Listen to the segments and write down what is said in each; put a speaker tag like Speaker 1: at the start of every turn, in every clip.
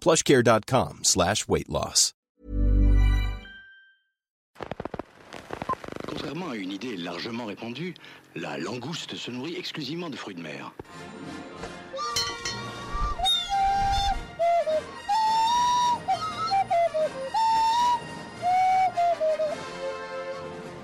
Speaker 1: plushcare.com slash weight loss.
Speaker 2: Contrairement à une idée largement répandue, la langouste se nourrit exclusivement de fruits de mer.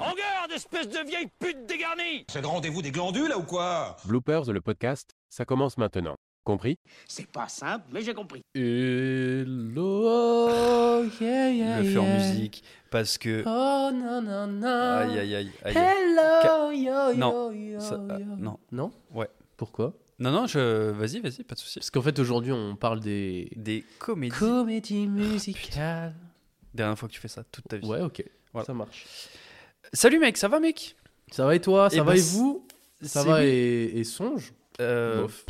Speaker 3: En garde, espèce de vieille pute dégarnie
Speaker 4: C'est le rendez-vous des glandules, là, ou quoi
Speaker 5: Bloopers, le podcast, ça commence maintenant. Compris
Speaker 3: C'est pas simple, mais j'ai compris.
Speaker 6: Hello, Oh, yeah, yeah,
Speaker 7: le faire en
Speaker 6: yeah.
Speaker 7: musique parce que
Speaker 6: Oh non non non.
Speaker 7: aïe aïe aïe aïe
Speaker 6: Hello, yo, yo,
Speaker 7: Non,
Speaker 6: yo,
Speaker 7: ça- euh,
Speaker 6: oh, yo.
Speaker 7: non
Speaker 6: Non
Speaker 7: Ouais.
Speaker 6: Pourquoi
Speaker 7: non non je vas-y vas-y pas de souci
Speaker 6: Parce qu'en fait aujourd'hui on parle des
Speaker 7: des comédies
Speaker 6: comédies musicales.
Speaker 7: dernière fois que tu fais ça toute ta vie
Speaker 6: ouais, ok.
Speaker 7: Voilà.
Speaker 6: Ça marche.
Speaker 7: salut mec ça va mec
Speaker 6: Ça va et toi Ça
Speaker 7: Eh
Speaker 6: va
Speaker 7: ben,
Speaker 6: et vous Ça
Speaker 7: c'est
Speaker 6: va
Speaker 7: oui.
Speaker 6: et, et songe
Speaker 7: Euh,
Speaker 6: Bof.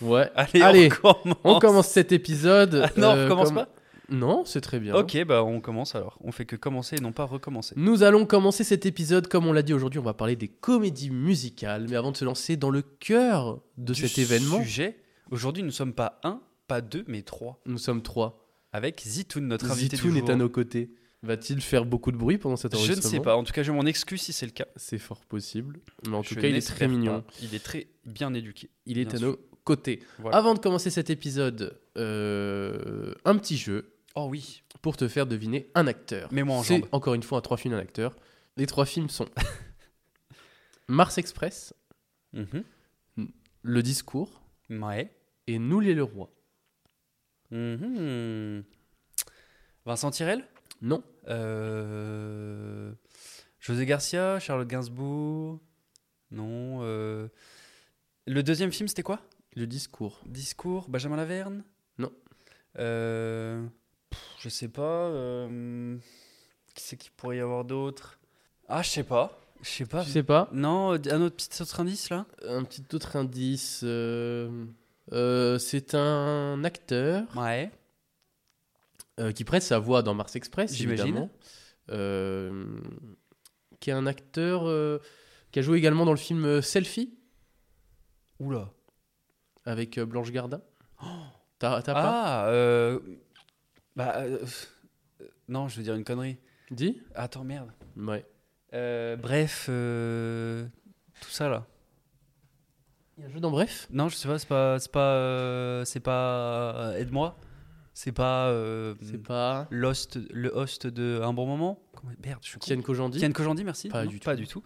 Speaker 6: Ouais.
Speaker 7: allez, on commence
Speaker 6: on commence cet épisode.
Speaker 7: Ah non
Speaker 6: euh,
Speaker 7: on commence
Speaker 6: comme-
Speaker 7: pas
Speaker 6: Non, c'est très bien.
Speaker 7: ok bah on commence alors on fait que commencer et non pas recommencer
Speaker 6: Nous allons commencer cet épisode, comme on l'a dit aujourd'hui, on va parler des comédies musicales. Mais avant de se lancer dans le cœur de
Speaker 7: Du
Speaker 6: cet événement,
Speaker 7: sujet aujourd'hui nous sommes pas un pas deux mais trois
Speaker 6: nous sommes trois.
Speaker 7: avec Zitoun notre invité
Speaker 6: Zitoun
Speaker 7: du
Speaker 6: est
Speaker 7: jour
Speaker 6: à nos côtés. Va-t-il faire beaucoup de bruit pendant cet
Speaker 7: je
Speaker 6: enregistrement
Speaker 7: ne sais pas en tout cas je m'en excuse si c'est le cas
Speaker 6: C'est fort possible. Mais en tout
Speaker 7: Je
Speaker 6: cas, il est
Speaker 7: n'espère
Speaker 6: très mignon.
Speaker 7: pas. il est très bien éduqué
Speaker 6: Il est
Speaker 7: Bien
Speaker 6: à
Speaker 7: sûr.
Speaker 6: nos côtés.
Speaker 7: Voilà.
Speaker 6: Avant de commencer cet épisode, euh, un petit jeu
Speaker 7: oh oui
Speaker 6: pour te faire deviner un acteur.
Speaker 7: Mets-moi en
Speaker 6: C'est
Speaker 7: jambe.
Speaker 6: encore une fois un trois films, un acteur. Les trois films sont Mars Express,
Speaker 7: Mhm.
Speaker 6: Le Discours
Speaker 7: ouais
Speaker 6: et Nous les le Roi.
Speaker 7: Mhm. Vincent Tirel
Speaker 6: Non,
Speaker 7: Euh, José Garcia Charlotte Gainsbourg Non. euh, Le deuxième film, c'était quoi
Speaker 6: Le Discours.
Speaker 7: Discours Benjamin Laverne
Speaker 6: Non.
Speaker 7: Euh, pff, Je sais pas. euh, Qui c'est qu'il pourrait y avoir d'autre Ah, je sais pas. Je sais pas.
Speaker 6: Tu sais pas
Speaker 7: Non, euh, un autre petit autre indice là
Speaker 6: Un petit autre indice. euh, euh, c'est un acteur
Speaker 7: Ouais.
Speaker 6: euh, qui prête sa voix dans Mars Express,
Speaker 7: J'imagine.
Speaker 6: évidemment. Euh, qui est un acteur euh, qui a joué également dans le film euh, Selfie
Speaker 7: Oula. Oh.
Speaker 6: avec euh, Blanche Gardin. T'as t'as pas
Speaker 7: Ah, euh, Bah. euh, pff, euh, Non, je veux dire une connerie.
Speaker 6: dit
Speaker 7: Attends, merde.
Speaker 6: Ouais.
Speaker 7: Euh, bref, euh, tout ça là.
Speaker 6: Il y a un jeu dans Bref
Speaker 7: Non, je sais pas, c'est pas, c'est pas, euh, c'est pas, euh, aide-moi. C'est pas, euh,
Speaker 6: C'est pas
Speaker 7: Lost, le host de Un bon moment. Comment- Merde, je suis con.
Speaker 6: Kian Kojandi
Speaker 7: Kian Kojandi, merci.
Speaker 6: Pas
Speaker 7: Non,
Speaker 6: du tout.
Speaker 7: Pas du tout.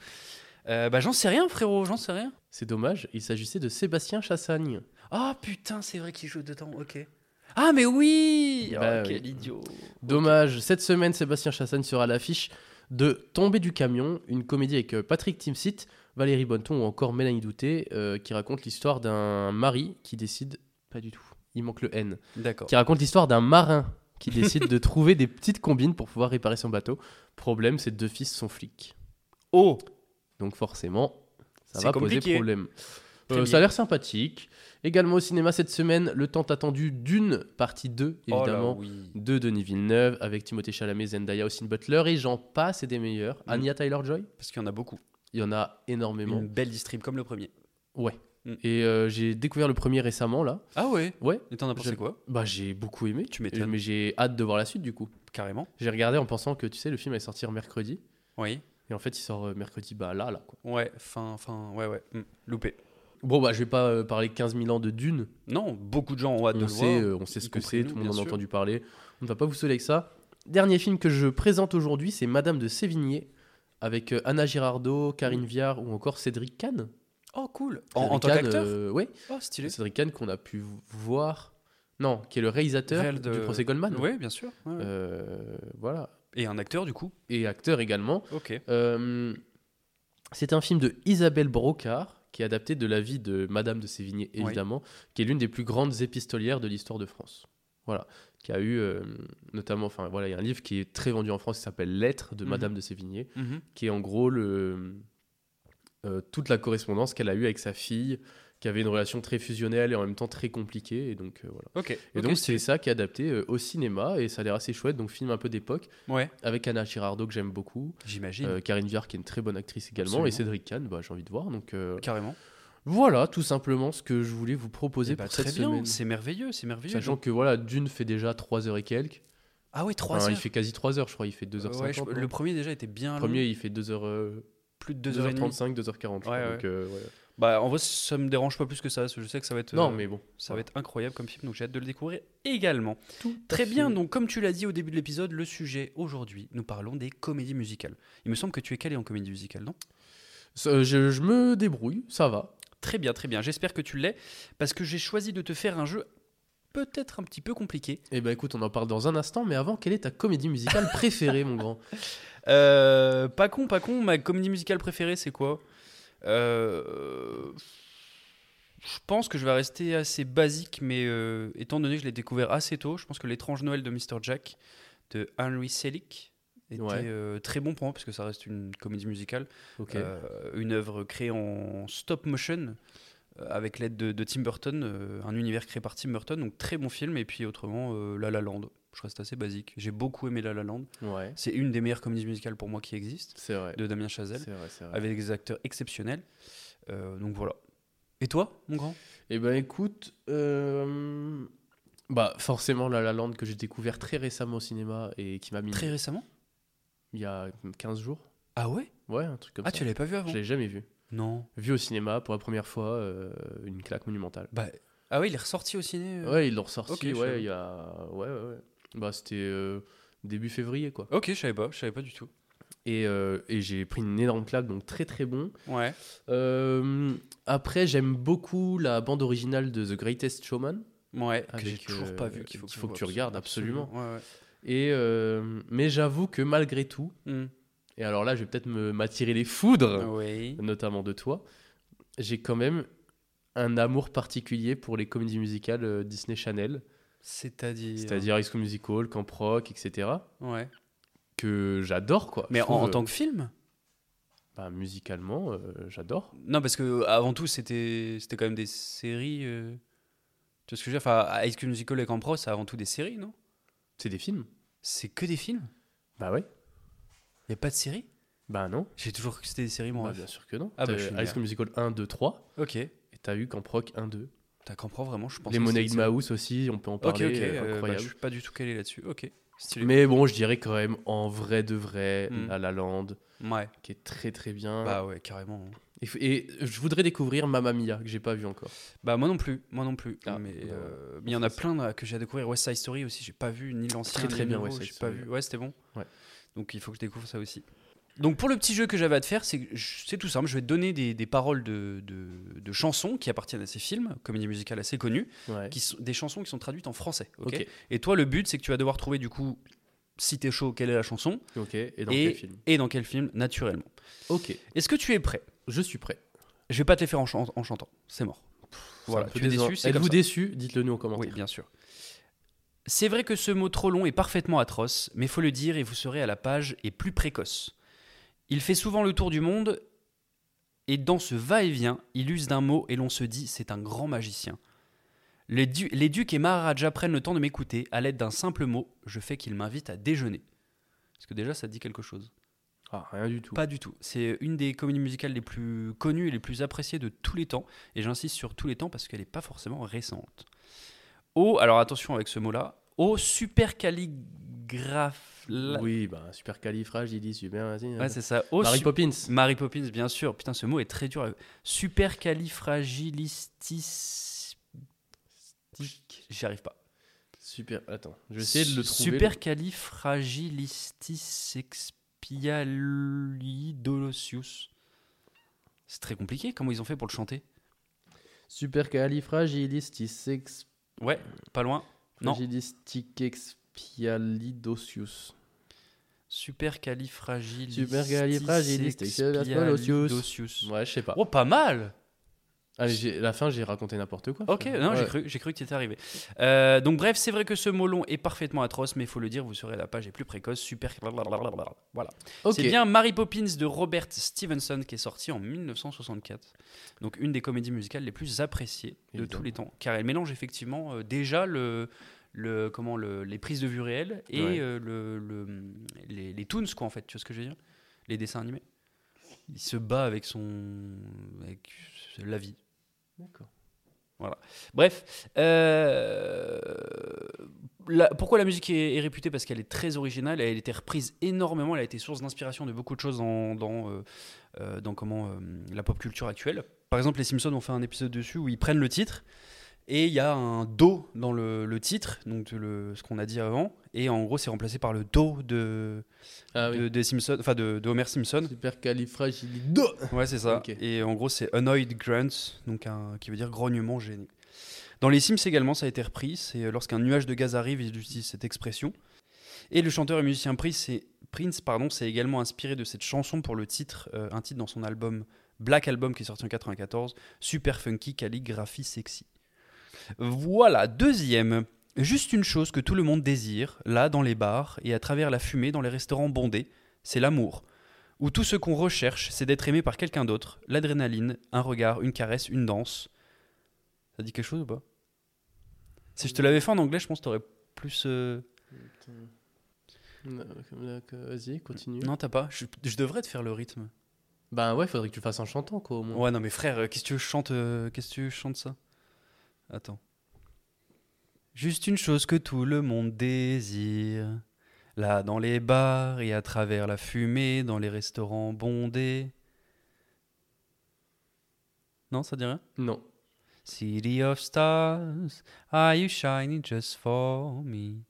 Speaker 7: Euh, bah j'en sais rien, frérot, j'en sais rien.
Speaker 6: C'est dommage, il s'agissait de Sébastien Chassagne.
Speaker 7: Ah putain, c'est vrai qu'il joue dedans. Ok. Ah mais oui.
Speaker 6: Bah,
Speaker 7: oh, quel
Speaker 6: oui.
Speaker 7: idiot.
Speaker 6: Dommage, cette semaine, Sébastien Chassagne sera à l'affiche de Tomber du camion, une comédie avec euh, Patrick Timsit, Valérie Bonneton ou encore Mélanie Douté, euh, qui raconte l'histoire d'un mari qui décide. Pas du tout, il manque le N.
Speaker 7: D'accord.
Speaker 6: Qui raconte l'histoire d'un marin qui décide de trouver des petites combines pour pouvoir réparer son bateau. Problème, ses deux fils sont flics.
Speaker 7: Oh.
Speaker 6: Donc forcément, ça
Speaker 7: C'est
Speaker 6: va
Speaker 7: compliqué.
Speaker 6: poser problème.
Speaker 7: Très
Speaker 6: Euh,
Speaker 7: bien.
Speaker 6: ça a l'air sympathique. Également au cinéma cette semaine, le temps attendu d'une partie 2,
Speaker 7: Oh là,
Speaker 6: évidemment,
Speaker 7: oui.
Speaker 6: de Denis Villeneuve, avec Timothée Chalamet, Zendaya, Austin Butler, et j'en passe et des meilleurs.
Speaker 7: Mm.
Speaker 6: Anya Tyler-Joy,
Speaker 7: Parce qu'il y en a beaucoup.
Speaker 6: il y en a énormément.
Speaker 7: Une belle distrib comme le premier.
Speaker 6: Ouais.
Speaker 7: Mm.
Speaker 6: Et euh, j'ai découvert le premier récemment, là.
Speaker 7: Ah ouais
Speaker 6: Ouais.
Speaker 7: Et t'en as pensé
Speaker 6: J'aime-
Speaker 7: quoi
Speaker 6: Bah j'ai beaucoup aimé.
Speaker 7: Tu m'étonnes.
Speaker 6: Mais j'ai hâte de voir la suite, du coup.
Speaker 7: Carrément.
Speaker 6: J'ai regardé en pensant que, tu sais, le film allait sortir mercredi.
Speaker 7: Oui.
Speaker 6: Et en fait, il sort euh, mercredi, bah là, là, quoi.
Speaker 7: Ouais, fin, fin, ouais, ouais. Hmm. Loupé.
Speaker 6: Bon, bah, je vais pas euh, parler 15 000 ans de Dune.
Speaker 7: Non, beaucoup de gens ont hâte de
Speaker 6: On
Speaker 7: le
Speaker 6: sait,
Speaker 7: voir.
Speaker 6: euh, on sait ce
Speaker 7: y
Speaker 6: que
Speaker 7: compris
Speaker 6: c'est,
Speaker 7: nous,
Speaker 6: tout le
Speaker 7: bien
Speaker 6: monde en a
Speaker 7: sûr.
Speaker 6: entendu parler. On ne va pas vous saouler avec ça. Dernier film que je présente aujourd'hui, c'est Madame de Sévigné, avec euh, Anna Girardot, Karine
Speaker 7: Mm.
Speaker 6: Viard ou encore Cédric Kahn.
Speaker 7: Oh, cool. En,
Speaker 6: Cédric
Speaker 7: en tant
Speaker 6: Kahn,
Speaker 7: qu'acteur
Speaker 6: euh, Ouais,
Speaker 7: Oh, stylé.
Speaker 6: Cédric Kahn qu'on a pu voir. Non, qui est le réalisateur
Speaker 7: Réel de-
Speaker 6: du procès Goldman.
Speaker 7: Oui, bien sûr. ouais, ouais.
Speaker 6: Euh, voilà.
Speaker 7: Et un acteur, du coup
Speaker 6: Et acteur également.
Speaker 7: Ok.
Speaker 6: Euh, c'est un film de Isabelle Brocard qui est adapté de la vie de Madame de Sévigné,
Speaker 7: Oui.
Speaker 6: évidemment, qui est l'une des plus grandes épistolières de l'histoire de France. Voilà, qui a eu euh, notamment, enfin voilà, il y a un livre qui est très vendu en France qui s'appelle Lettres de
Speaker 7: Mhm.
Speaker 6: Madame de Sévigné, qui est en gros le, euh, toute la correspondance qu'elle a eue avec sa fille, qui avait une relation très fusionnelle et en même temps très compliquée. Et donc euh, voilà.
Speaker 7: Ok.
Speaker 6: Et
Speaker 7: ok,
Speaker 6: donc c'est
Speaker 7: stylé.
Speaker 6: ça qui est adapté euh, au cinéma et ça a l'air assez chouette. Donc film un peu d'époque
Speaker 7: Ouais,
Speaker 6: avec Anna Girardot que j'aime beaucoup.
Speaker 7: j'imagine.
Speaker 6: Euh, Karine Viard qui est une très bonne actrice également
Speaker 7: Absolument.
Speaker 6: et Cédric Kahn bah, j'ai envie de voir donc euh,
Speaker 7: Carrément.
Speaker 6: voilà tout simplement ce que je voulais vous proposer
Speaker 7: Eh bah,
Speaker 6: pour
Speaker 7: très
Speaker 6: cette
Speaker 7: bien,
Speaker 6: semaine
Speaker 7: c'est merveilleux, c'est merveilleux.
Speaker 6: sachant que voilà Dune fait déjà 3 heures et quelques
Speaker 7: Ah ouais, 3
Speaker 6: Enfin,
Speaker 7: heures.
Speaker 6: il fait quasi 3 heures je crois il fait 2h50
Speaker 7: Ouais, je- le premier déjà était bien
Speaker 6: le
Speaker 7: long.
Speaker 6: premier il fait euh, 2h
Speaker 7: plus de 2 heures et demie.
Speaker 6: 2h35 2h40
Speaker 7: Ouais, ouais.
Speaker 6: donc euh, ouais.
Speaker 7: Bah en vrai ça me dérange pas plus que ça, parce que je sais que ça va être
Speaker 6: non
Speaker 7: euh,
Speaker 6: mais bon
Speaker 7: ça va être incroyable comme film, donc j'ai hâte de le découvrir également. Très
Speaker 6: fait.
Speaker 7: bien, donc comme tu l'as dit au début de l'épisode, le sujet aujourd'hui, nous parlons des comédies musicales. Il me semble que tu es calé en comédie musicale, non
Speaker 6: Ça, je, je me débrouille ça va
Speaker 7: Très bien, très bien, j'espère que tu l'es, parce que j'ai choisi de te faire un jeu peut-être un petit peu compliqué.
Speaker 6: et ben écoute on en parle dans un instant mais avant quelle est ta comédie musicale préférée mon grand
Speaker 7: Euh, pas con, pas con, ma comédie musicale préférée c'est quoi Euh, Je pense que je vais rester assez basique, mais euh, étant donné que je l'ai découvert assez tôt, je pense que L'étrange Noël de Mr. Jack de Henry Selick était
Speaker 6: Ouais.
Speaker 7: euh, très bon pour moi, parce que ça reste une comédie musicale,
Speaker 6: ok
Speaker 7: euh, une œuvre créée en stop motion. euh, Avec l'aide de, de Tim Burton, euh, un univers créé par Tim Burton, donc très bon film. Et puis autrement, euh, La La Land. Je reste assez basique. J'ai beaucoup aimé La La Land.
Speaker 6: ouais
Speaker 7: C'est une des meilleures comédies musicales pour moi qui existe,
Speaker 6: c'est vrai
Speaker 7: de Damien Chazelle,
Speaker 6: c'est vrai c'est vrai
Speaker 7: avec des acteurs exceptionnels. Euh, donc voilà. Et toi, mon grand
Speaker 6: Eh ben écoute, euh, bah forcément La La Land que j'ai découvert très récemment au cinéma et qui m'a mis
Speaker 7: Très récemment
Speaker 6: il y a 15 jours.
Speaker 7: Ah ouais
Speaker 6: Ouais, un truc comme
Speaker 7: Ah,
Speaker 6: ça.
Speaker 7: tu l'avais pas vu avant
Speaker 6: Je l'ai jamais vu.
Speaker 7: Non.
Speaker 6: Vu au cinéma pour la première fois, euh, une claque monumentale.
Speaker 7: Bah, ah ouais, il est ressorti au ciné euh
Speaker 6: Ouais, ils l'ont ressorti,
Speaker 7: ok, je savais.
Speaker 6: ouais, il y a... Ouais, ouais, ouais. Bah c'était euh, début février, quoi.
Speaker 7: Ok, je savais pas, je savais pas du tout.
Speaker 6: Et, euh, et j'ai pris une énorme claque, donc très très bon.
Speaker 7: Ouais.
Speaker 6: Euh, après, j'aime beaucoup la bande originale de The Greatest Showman.
Speaker 7: Ouais, que
Speaker 6: Avec,
Speaker 7: j'ai toujours pas
Speaker 6: euh,
Speaker 7: vu, qu'il faut,
Speaker 6: qu'il
Speaker 7: je
Speaker 6: faut que
Speaker 7: vois
Speaker 6: tu regardes,
Speaker 7: Ouais,
Speaker 6: Et, euh, mais j'avoue que malgré tout,
Speaker 7: ouais. Hmm.
Speaker 6: Et alors là, je vais peut-être me- m'attirer les
Speaker 7: Ah
Speaker 6: foudres,
Speaker 7: Oui.
Speaker 6: notamment de toi. J'ai quand même un amour particulier pour les comédies musicales euh, Disney Channel,
Speaker 7: C'est-à-dire.
Speaker 6: c'est-à-dire High School Musical, Camp Rock, etc.,
Speaker 7: Ouais.
Speaker 6: que j'adore, quoi.
Speaker 7: Mais en, en tant que film
Speaker 6: que... bah, musicalement, euh, j'adore.
Speaker 7: Non, parce que euh, avant tout, c'était c'était quand même des séries. euh, Tu vois ce que je veux dire Enfin, High School Musical et Camp Pro, c'est avant tout des séries, non
Speaker 6: C'est des films
Speaker 7: C'est que des films
Speaker 6: Bah ouais.
Speaker 7: Il a pas de série
Speaker 6: Bah non.
Speaker 7: J'ai toujours cru que c'était des séries, moi.
Speaker 6: Bah, bien sûr que non.
Speaker 7: Ah bah,
Speaker 6: T'as
Speaker 7: je suis
Speaker 6: High
Speaker 7: une
Speaker 6: School Musical 1, 2, 3,
Speaker 7: ok.
Speaker 6: et t'as eu Camp Rock 1, 2.
Speaker 7: T'as compris vraiment, je pense.
Speaker 6: Les
Speaker 7: que
Speaker 6: Money
Speaker 7: c'était
Speaker 6: in
Speaker 7: une série.
Speaker 6: Mouse aussi, on peut en parler.
Speaker 7: Ok, ok.
Speaker 6: euh,
Speaker 7: euh, bah,
Speaker 6: incroyable.
Speaker 7: je suis pas du tout calé là-dessus. Ok. Stylé.
Speaker 6: Mais bon, je dirais quand même en vrai de vrai,
Speaker 7: Mm.
Speaker 6: La La Land,
Speaker 7: Ouais.
Speaker 6: qui est très très bien.
Speaker 7: Bah ouais, carrément.
Speaker 6: Et, f- et je voudrais découvrir Mamma Mia, que j'ai pas vu encore.
Speaker 7: Bah moi non plus, moi non plus.
Speaker 6: Ah,
Speaker 7: mais
Speaker 6: bah,
Speaker 7: euh, mais il y en a plein là, que j'ai à découvrir. West Side Story aussi, j'ai pas vu ni l'ancien.
Speaker 6: Très, très
Speaker 7: ni
Speaker 6: bien,
Speaker 7: le nouveau,
Speaker 6: West Side
Speaker 7: j'ai pas
Speaker 6: Story.
Speaker 7: vu. Ouais, c'était bon.
Speaker 6: Ouais.
Speaker 7: Donc il faut que je découvre ça aussi. Donc pour le petit jeu que j'avais à te faire, c'est que je- c'est tout simple. Je vais te donner des, des paroles de, de, de chansons qui appartiennent à ces films, comédie musicale assez connue,
Speaker 6: Ouais.
Speaker 7: qui sont, des chansons qui sont traduites en français. ok
Speaker 6: Ok.
Speaker 7: Et toi, le but, c'est que tu vas devoir trouver du coup, si t'es chaud, quelle est la chanson
Speaker 6: Ok. Et dans
Speaker 7: et,
Speaker 6: quel film
Speaker 7: et dans quel film, naturellement.
Speaker 6: Ok.
Speaker 7: Est-ce que tu es prêt
Speaker 6: Je suis prêt.
Speaker 7: Je vais pas te les faire en, chan- en chantant, c'est mort. Voilà,
Speaker 6: C'est un peu
Speaker 7: tu es
Speaker 6: décevant.
Speaker 7: déçu, c'est comme
Speaker 6: Êtes-vous
Speaker 7: ça.
Speaker 6: déçu Dites-le nous en commentaire.
Speaker 7: Oui, bien sûr. C'est vrai que ce mot trop long est parfaitement atroce, mais faut le dire et vous serez à la page et plus précoce. Il fait souvent le tour du monde Et dans ce va-et-vient, il use d'un mot et l'on se dit c'est un grand magicien. Les, du- les ducs et Maharaja prennent le temps de m'écouter à l'aide d'un simple mot, je fais qu'ils m'invitent à déjeuner. Parce que déjà ça dit quelque chose.
Speaker 6: Ah, rien du tout.
Speaker 7: Pas du tout. C'est une des comédies musicales les plus connues et les plus appréciées de tous les temps. Et j'insiste sur tous les temps parce qu'elle n'est pas forcément récente. Au, alors attention avec ce mot-là, au super calligraphe.
Speaker 6: Oui, bah, super califragile, super. vas-y, euh,
Speaker 7: Ouais, c'est ça. Au
Speaker 6: Mary
Speaker 7: su-
Speaker 6: Poppins.
Speaker 7: Mary Poppins, bien sûr. Putain, ce mot est très dur. Super califragilistis. J'y arrive pas.
Speaker 6: Super. Attends, je vais essayer de le trouver.
Speaker 7: Super califragilistisexpialidocious. C'est très compliqué. Comment ils ont fait pour le chanter
Speaker 6: Super califragilistisexpialidocious.
Speaker 7: Ouais, pas loin. Non. Super
Speaker 6: Supercalifragilisticexpialidocious. Ouais, je sais pas.
Speaker 7: Oh, pas mal.
Speaker 6: Allez, j'ai- la fin, j'ai raconté n'importe quoi.
Speaker 7: Ok,
Speaker 6: frère.
Speaker 7: non, j'ai
Speaker 6: Ouais.
Speaker 7: cru, j'ai cru que tu étais arrivé. Euh, donc bref, c'est vrai que ce mot long est parfaitement atroce, mais il faut le dire, vous serez la page est plus précoce, super. blablabla. Voilà.
Speaker 6: Ok.
Speaker 7: C'est bien Mary Poppins de Robert Stevenson qui est sorti en 1964. Donc une des comédies musicales les plus appréciées de
Speaker 6: Évidemment.
Speaker 7: tous les temps, car elle mélange effectivement euh, déjà le, le comment le- les prises de vue réelles et
Speaker 6: Ouais.
Speaker 7: euh, le, le- les, les toons quoi en fait. Tu vois ce que je veux dire Les dessins animés. Il se bat avec son avec la vie.
Speaker 6: D'accord.
Speaker 7: Bref, euh, la- pourquoi la musique est, est réputée Parce qu'elle est très originale, elle a été reprise énormément, elle a été source d'inspiration de beaucoup de choses dans, dans, euh, euh, dans comment, euh, la pop culture actuelle. Par exemple, les Simpsons ont fait un épisode dessus où ils prennent le titre et il y a un do dans le, le titre, donc le, ce qu'on a dit avant, et en gros c'est remplacé par le do de,
Speaker 6: Ah oui.
Speaker 7: de- des Simpsons, enfin de, de Homer Simpson.
Speaker 6: Supercalifragilisticexpialidocious.
Speaker 7: Ouais, c'est ça.
Speaker 6: Ok.
Speaker 7: Et en gros, c'est Annoyed Grunt, donc un, qui veut dire grognement gêné. Dans les Sims également, ça a été repris. C'est euh, lorsqu'un nuage de gaz arrive, ils utilisent cette expression. Et le chanteur et musicien Prince, c'est- Prince pardon, s'est également inspiré de cette chanson pour le titre, euh, un titre dans son album Black Album qui est sorti en 94, Super Funky Calligraphie Sexy. Voilà, deuxième. Juste une chose que tout le monde désire, là dans les bars et à travers la fumée dans les restaurants bondés, c'est l'amour où tout ce qu'on recherche, c'est d'être aimé par quelqu'un d'autre, l'adrénaline, un regard, une caresse, une danse. Ça dit quelque chose ou pas Si je te l'avais fait en anglais, je pense que t'aurais plus. euh,
Speaker 6: Euh, Vas-y, continue.
Speaker 7: Non, t'as pas. Je, je devrais te faire le rythme.
Speaker 6: Bah ouais, faudrait que tu le fasses en chantant, quoi, au moins.
Speaker 7: Ouais, non, mais frère, euh, qu'est-ce que tu veux que je chante euh, Qu'est-ce que tu veux que je chante ça Attends. Juste une chose que tout le monde désire. Là, dans les bars et à travers la fumée, dans les restaurants bondés. Non, ça dit rien
Speaker 6: Non.
Speaker 7: City of stars, are you shining just for me?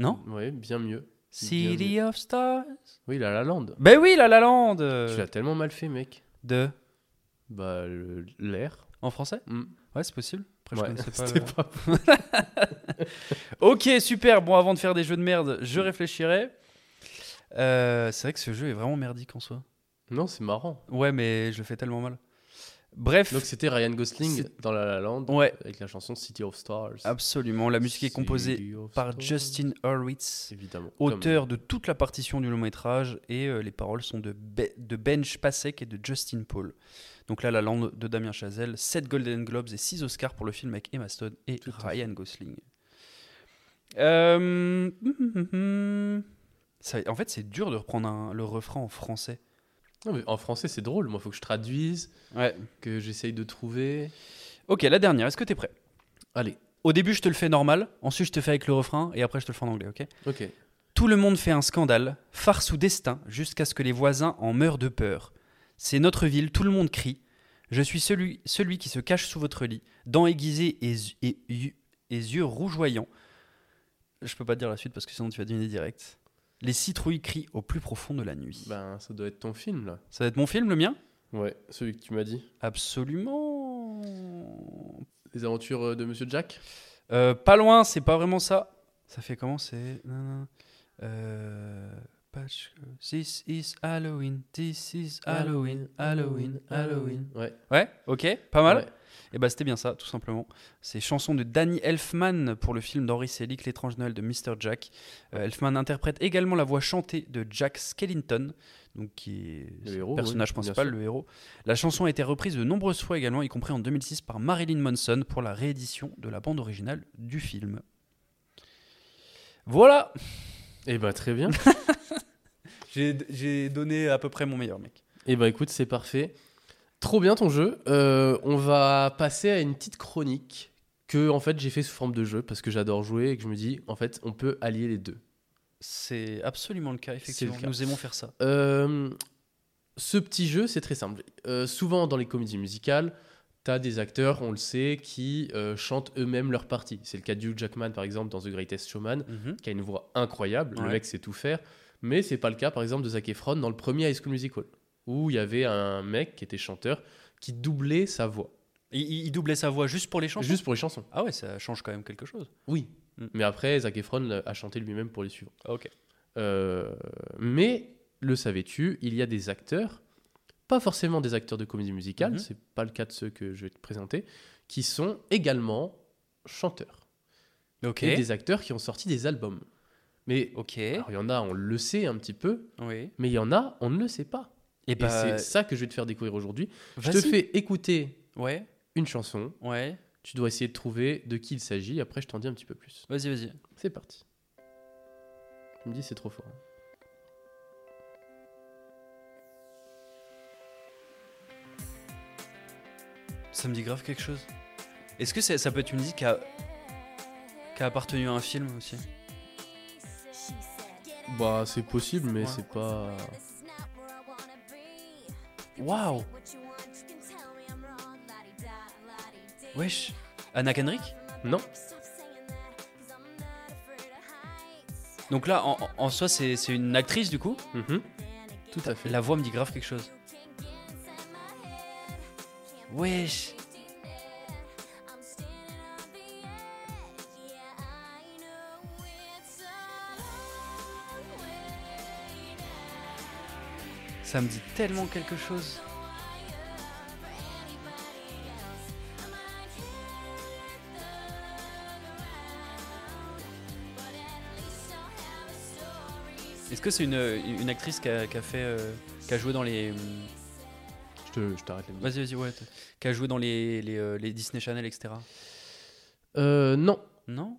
Speaker 7: Non?
Speaker 6: Ouais, bien mieux.
Speaker 7: City of stars.
Speaker 6: Oui, La La Land.
Speaker 7: Ben oui, La La Land! euh,
Speaker 6: Tu l'as tellement mal fait, mec.
Speaker 7: De.
Speaker 6: Bah, le- l'air.
Speaker 7: En français?
Speaker 6: Mm.
Speaker 7: Ouais, c'est possible. Après,
Speaker 6: Ouais,
Speaker 7: je connaissais pas.
Speaker 6: c'était
Speaker 7: le-
Speaker 6: pas-
Speaker 7: Ok, super. Bon, avant de faire des jeux de merde, je réfléchirai. Euh, c'est vrai que ce jeu est vraiment merdique en soi.
Speaker 6: Non, c'est marrant.
Speaker 7: Ouais, mais je le fais tellement mal. Bref.
Speaker 6: Donc c'était Ryan Gosling
Speaker 7: C'est-
Speaker 6: dans La La Land
Speaker 7: Ouais.
Speaker 6: avec la chanson City of Stars.
Speaker 7: Absolument. La musique est composée
Speaker 6: City of
Speaker 7: par
Speaker 6: Stars.
Speaker 7: Justin Hurwitz.
Speaker 6: évidemment.
Speaker 7: auteur
Speaker 6: euh,
Speaker 7: de toute la partition du long métrage, et euh, les paroles sont de, Be- de Benj Pasek et de Justin Paul. Donc là, la lande de Damien Chazelle, 7 Golden Globes et 6 Oscars pour le film avec Emma Stone et
Speaker 6: Tout à fait.
Speaker 7: Ryan Gosling. Euh, hum, hum, hum. Ça- en fait, c'est dur de reprendre un- le refrain en français.
Speaker 6: Comme- Non, Ah, mais en français, c'est drôle. Moi, faut que je traduise, que j'essaye de trouver.
Speaker 7: Ok, la dernière, est-ce que t'es prêt
Speaker 6: Allez,
Speaker 7: Au début, je te le fais normal, ensuite je te fais avec le refrain, et après je te le fais en anglais, ok
Speaker 6: ok.
Speaker 7: Tout le monde fait un scandale, farce ou destin, jusqu'à ce que les voisins en meurent de peur. C'est notre ville, tout le monde crie. Je suis celui, celui qui se cache sous votre lit, dents aiguisées et, zu- et yu- et yeux rougeoyants. Je peux pas te dire la suite parce que sinon tu vas deviner direct. Les citrouilles crient au plus profond de la nuit.
Speaker 6: Ben, ça doit être ton film, là.
Speaker 7: Ça va être mon film, le mien
Speaker 6: Ouais, celui que tu m'as dit.
Speaker 7: Absolument.
Speaker 6: Les aventures euh, de Monsieur Jack.
Speaker 7: Euh, pas loin, c'est pas vraiment ça. Ça fait comment c'est. nanana. Euh, patch. This is Halloween, this is Halloween, Halloween, Halloween.
Speaker 6: Ouais.
Speaker 7: Ouais, ok, pas mal.
Speaker 6: Ouais.
Speaker 7: Et bah c'était bien ça, tout simplement. C'est chanson de Danny Elfman pour le film d'Henry Selick, L'étrange Noël de Mr. Jack. Euh, Elfman interprète également la voix chantée de Jack Skellington, donc qui est
Speaker 6: Le
Speaker 7: c'est
Speaker 6: héros,
Speaker 7: personnage
Speaker 6: oui, bien
Speaker 7: principal,
Speaker 6: sûr.
Speaker 7: le héros. La chanson a été reprise de nombreuses fois également, y compris en 2006 par Marilyn Manson pour la réédition de la bande originale du film. Voilà
Speaker 6: Et bah très bien.
Speaker 7: J'ai j'ai donné à peu près mon meilleur, mec.
Speaker 6: Et bah écoute, c'est parfait. Trop bien ton jeu. Euh, on va passer à une petite chronique que en fait j'ai fait sous forme de jeu parce que j'adore jouer et que je me dis en fait on peut allier les deux.
Speaker 7: C'est absolument le cas, effectivement.
Speaker 6: cas.
Speaker 7: Nous aimons faire ça.
Speaker 6: Euh, ce petit jeu, c'est très simple. Euh, souvent, dans les comédies musicales, tu as des acteurs, on le sait, qui euh, chantent eux-mêmes leur partie. C'est le cas de Hugh Jackman, par exemple, dans The Greatest Showman,
Speaker 7: Mhm.
Speaker 6: qui a une voix incroyable. Le
Speaker 7: Ouais.
Speaker 6: mec sait tout faire. Mais c'est pas le cas, par exemple, de Zac Efron dans le premier High School Musical, où il y avait un mec qui était chanteur qui doublait sa voix,
Speaker 7: Il- Il, il doublait sa voix juste pour les chansons
Speaker 6: juste pour les chansons.
Speaker 7: Ah ouais, ça change quand même quelque chose.
Speaker 6: Oui.
Speaker 7: Mm.
Speaker 6: Mais après, Zac Efron a chanté lui-même pour les suivants.
Speaker 7: Ah, Ok.
Speaker 6: Euh, mais le savais-tu, il y a des acteurs, pas forcément des acteurs de comédie musicale,
Speaker 7: Mhm.
Speaker 6: c'est pas le cas de ceux que je vais te présenter, qui sont également chanteurs
Speaker 7: Ok.
Speaker 6: et des acteurs qui ont sorti des albums. Mais
Speaker 7: Ok.
Speaker 6: alors, il y en a, on le sait un petit peu,
Speaker 7: Oui.
Speaker 6: mais il y en a, on ne le sait pas.
Speaker 7: Et bah,
Speaker 6: Et c'est ça que je vais te faire découvrir aujourd'hui. Je te
Speaker 7: Vas-y.
Speaker 6: fais écouter
Speaker 7: Ouais,
Speaker 6: une chanson.
Speaker 7: ouais.
Speaker 6: Tu dois essayer de trouver de qui il s'agit. Après, je t'en dis un petit peu plus.
Speaker 7: Vas-y, vas-y.
Speaker 6: C'est parti. Tu me dis c'est trop fort.
Speaker 7: Ça me dit grave quelque chose. Est-ce que c'est- ça peut être une musique qui a... qui a appartenu à un film aussi
Speaker 6: Bah c'est possible mais
Speaker 7: Ouais.
Speaker 6: c'est pas...
Speaker 7: Waouh Wesh Anna Kendrick
Speaker 6: Non
Speaker 7: Donc là, en, en soi, c'est c'est une actrice du coup
Speaker 6: Mhm. Tout à fait.
Speaker 7: La voix me dit grave quelque chose. Wesh Ça me dit tellement quelque chose. Est-ce que c'est une, une actrice qui a, qui a fait, euh, qui a joué dans les, hum,
Speaker 6: Je, te- je t'arrête la musique.
Speaker 7: vas-y vas-y ouais, t- qui a joué dans les, les, euh, les Disney Channel etc.
Speaker 6: Euh, non.
Speaker 7: Non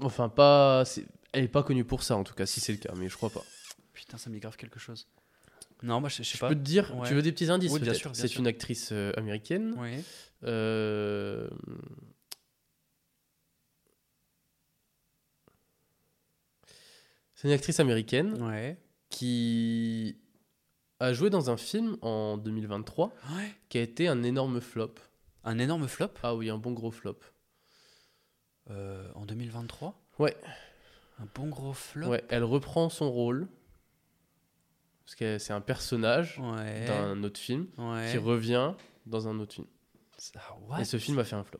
Speaker 6: Enfin pas... c'est- Elle est pas connue pour ça en tout cas si c'est le cas mais je crois pas.
Speaker 7: Putain ça me dit grave quelque chose. Non moi je, je sais
Speaker 6: Je
Speaker 7: pas.
Speaker 6: peux te dire,
Speaker 7: Ouais.
Speaker 6: tu veux des petits indices
Speaker 7: Oui, bien
Speaker 6: peut-être.
Speaker 7: sûr, bien
Speaker 6: C'est
Speaker 7: sûr.
Speaker 6: une actrice euh, américaine.
Speaker 7: Ouais.
Speaker 6: Euh, C'est une actrice américaine
Speaker 7: Ouais.
Speaker 6: qui a joué dans un film en 2023
Speaker 7: Ouais.
Speaker 6: qui a été un énorme flop.
Speaker 7: Un énorme flop
Speaker 6: Ah oui, un bon gros flop.
Speaker 7: euh, en 2023.
Speaker 6: Ouais,
Speaker 7: Un bon gros flop.
Speaker 6: ouais elle reprend son rôle. Parce que c'est un personnage
Speaker 7: Ouais.
Speaker 6: d'un autre film
Speaker 7: Ouais.
Speaker 6: qui revient dans un autre film.
Speaker 7: Ah, what
Speaker 6: Et ce film a fait un flop.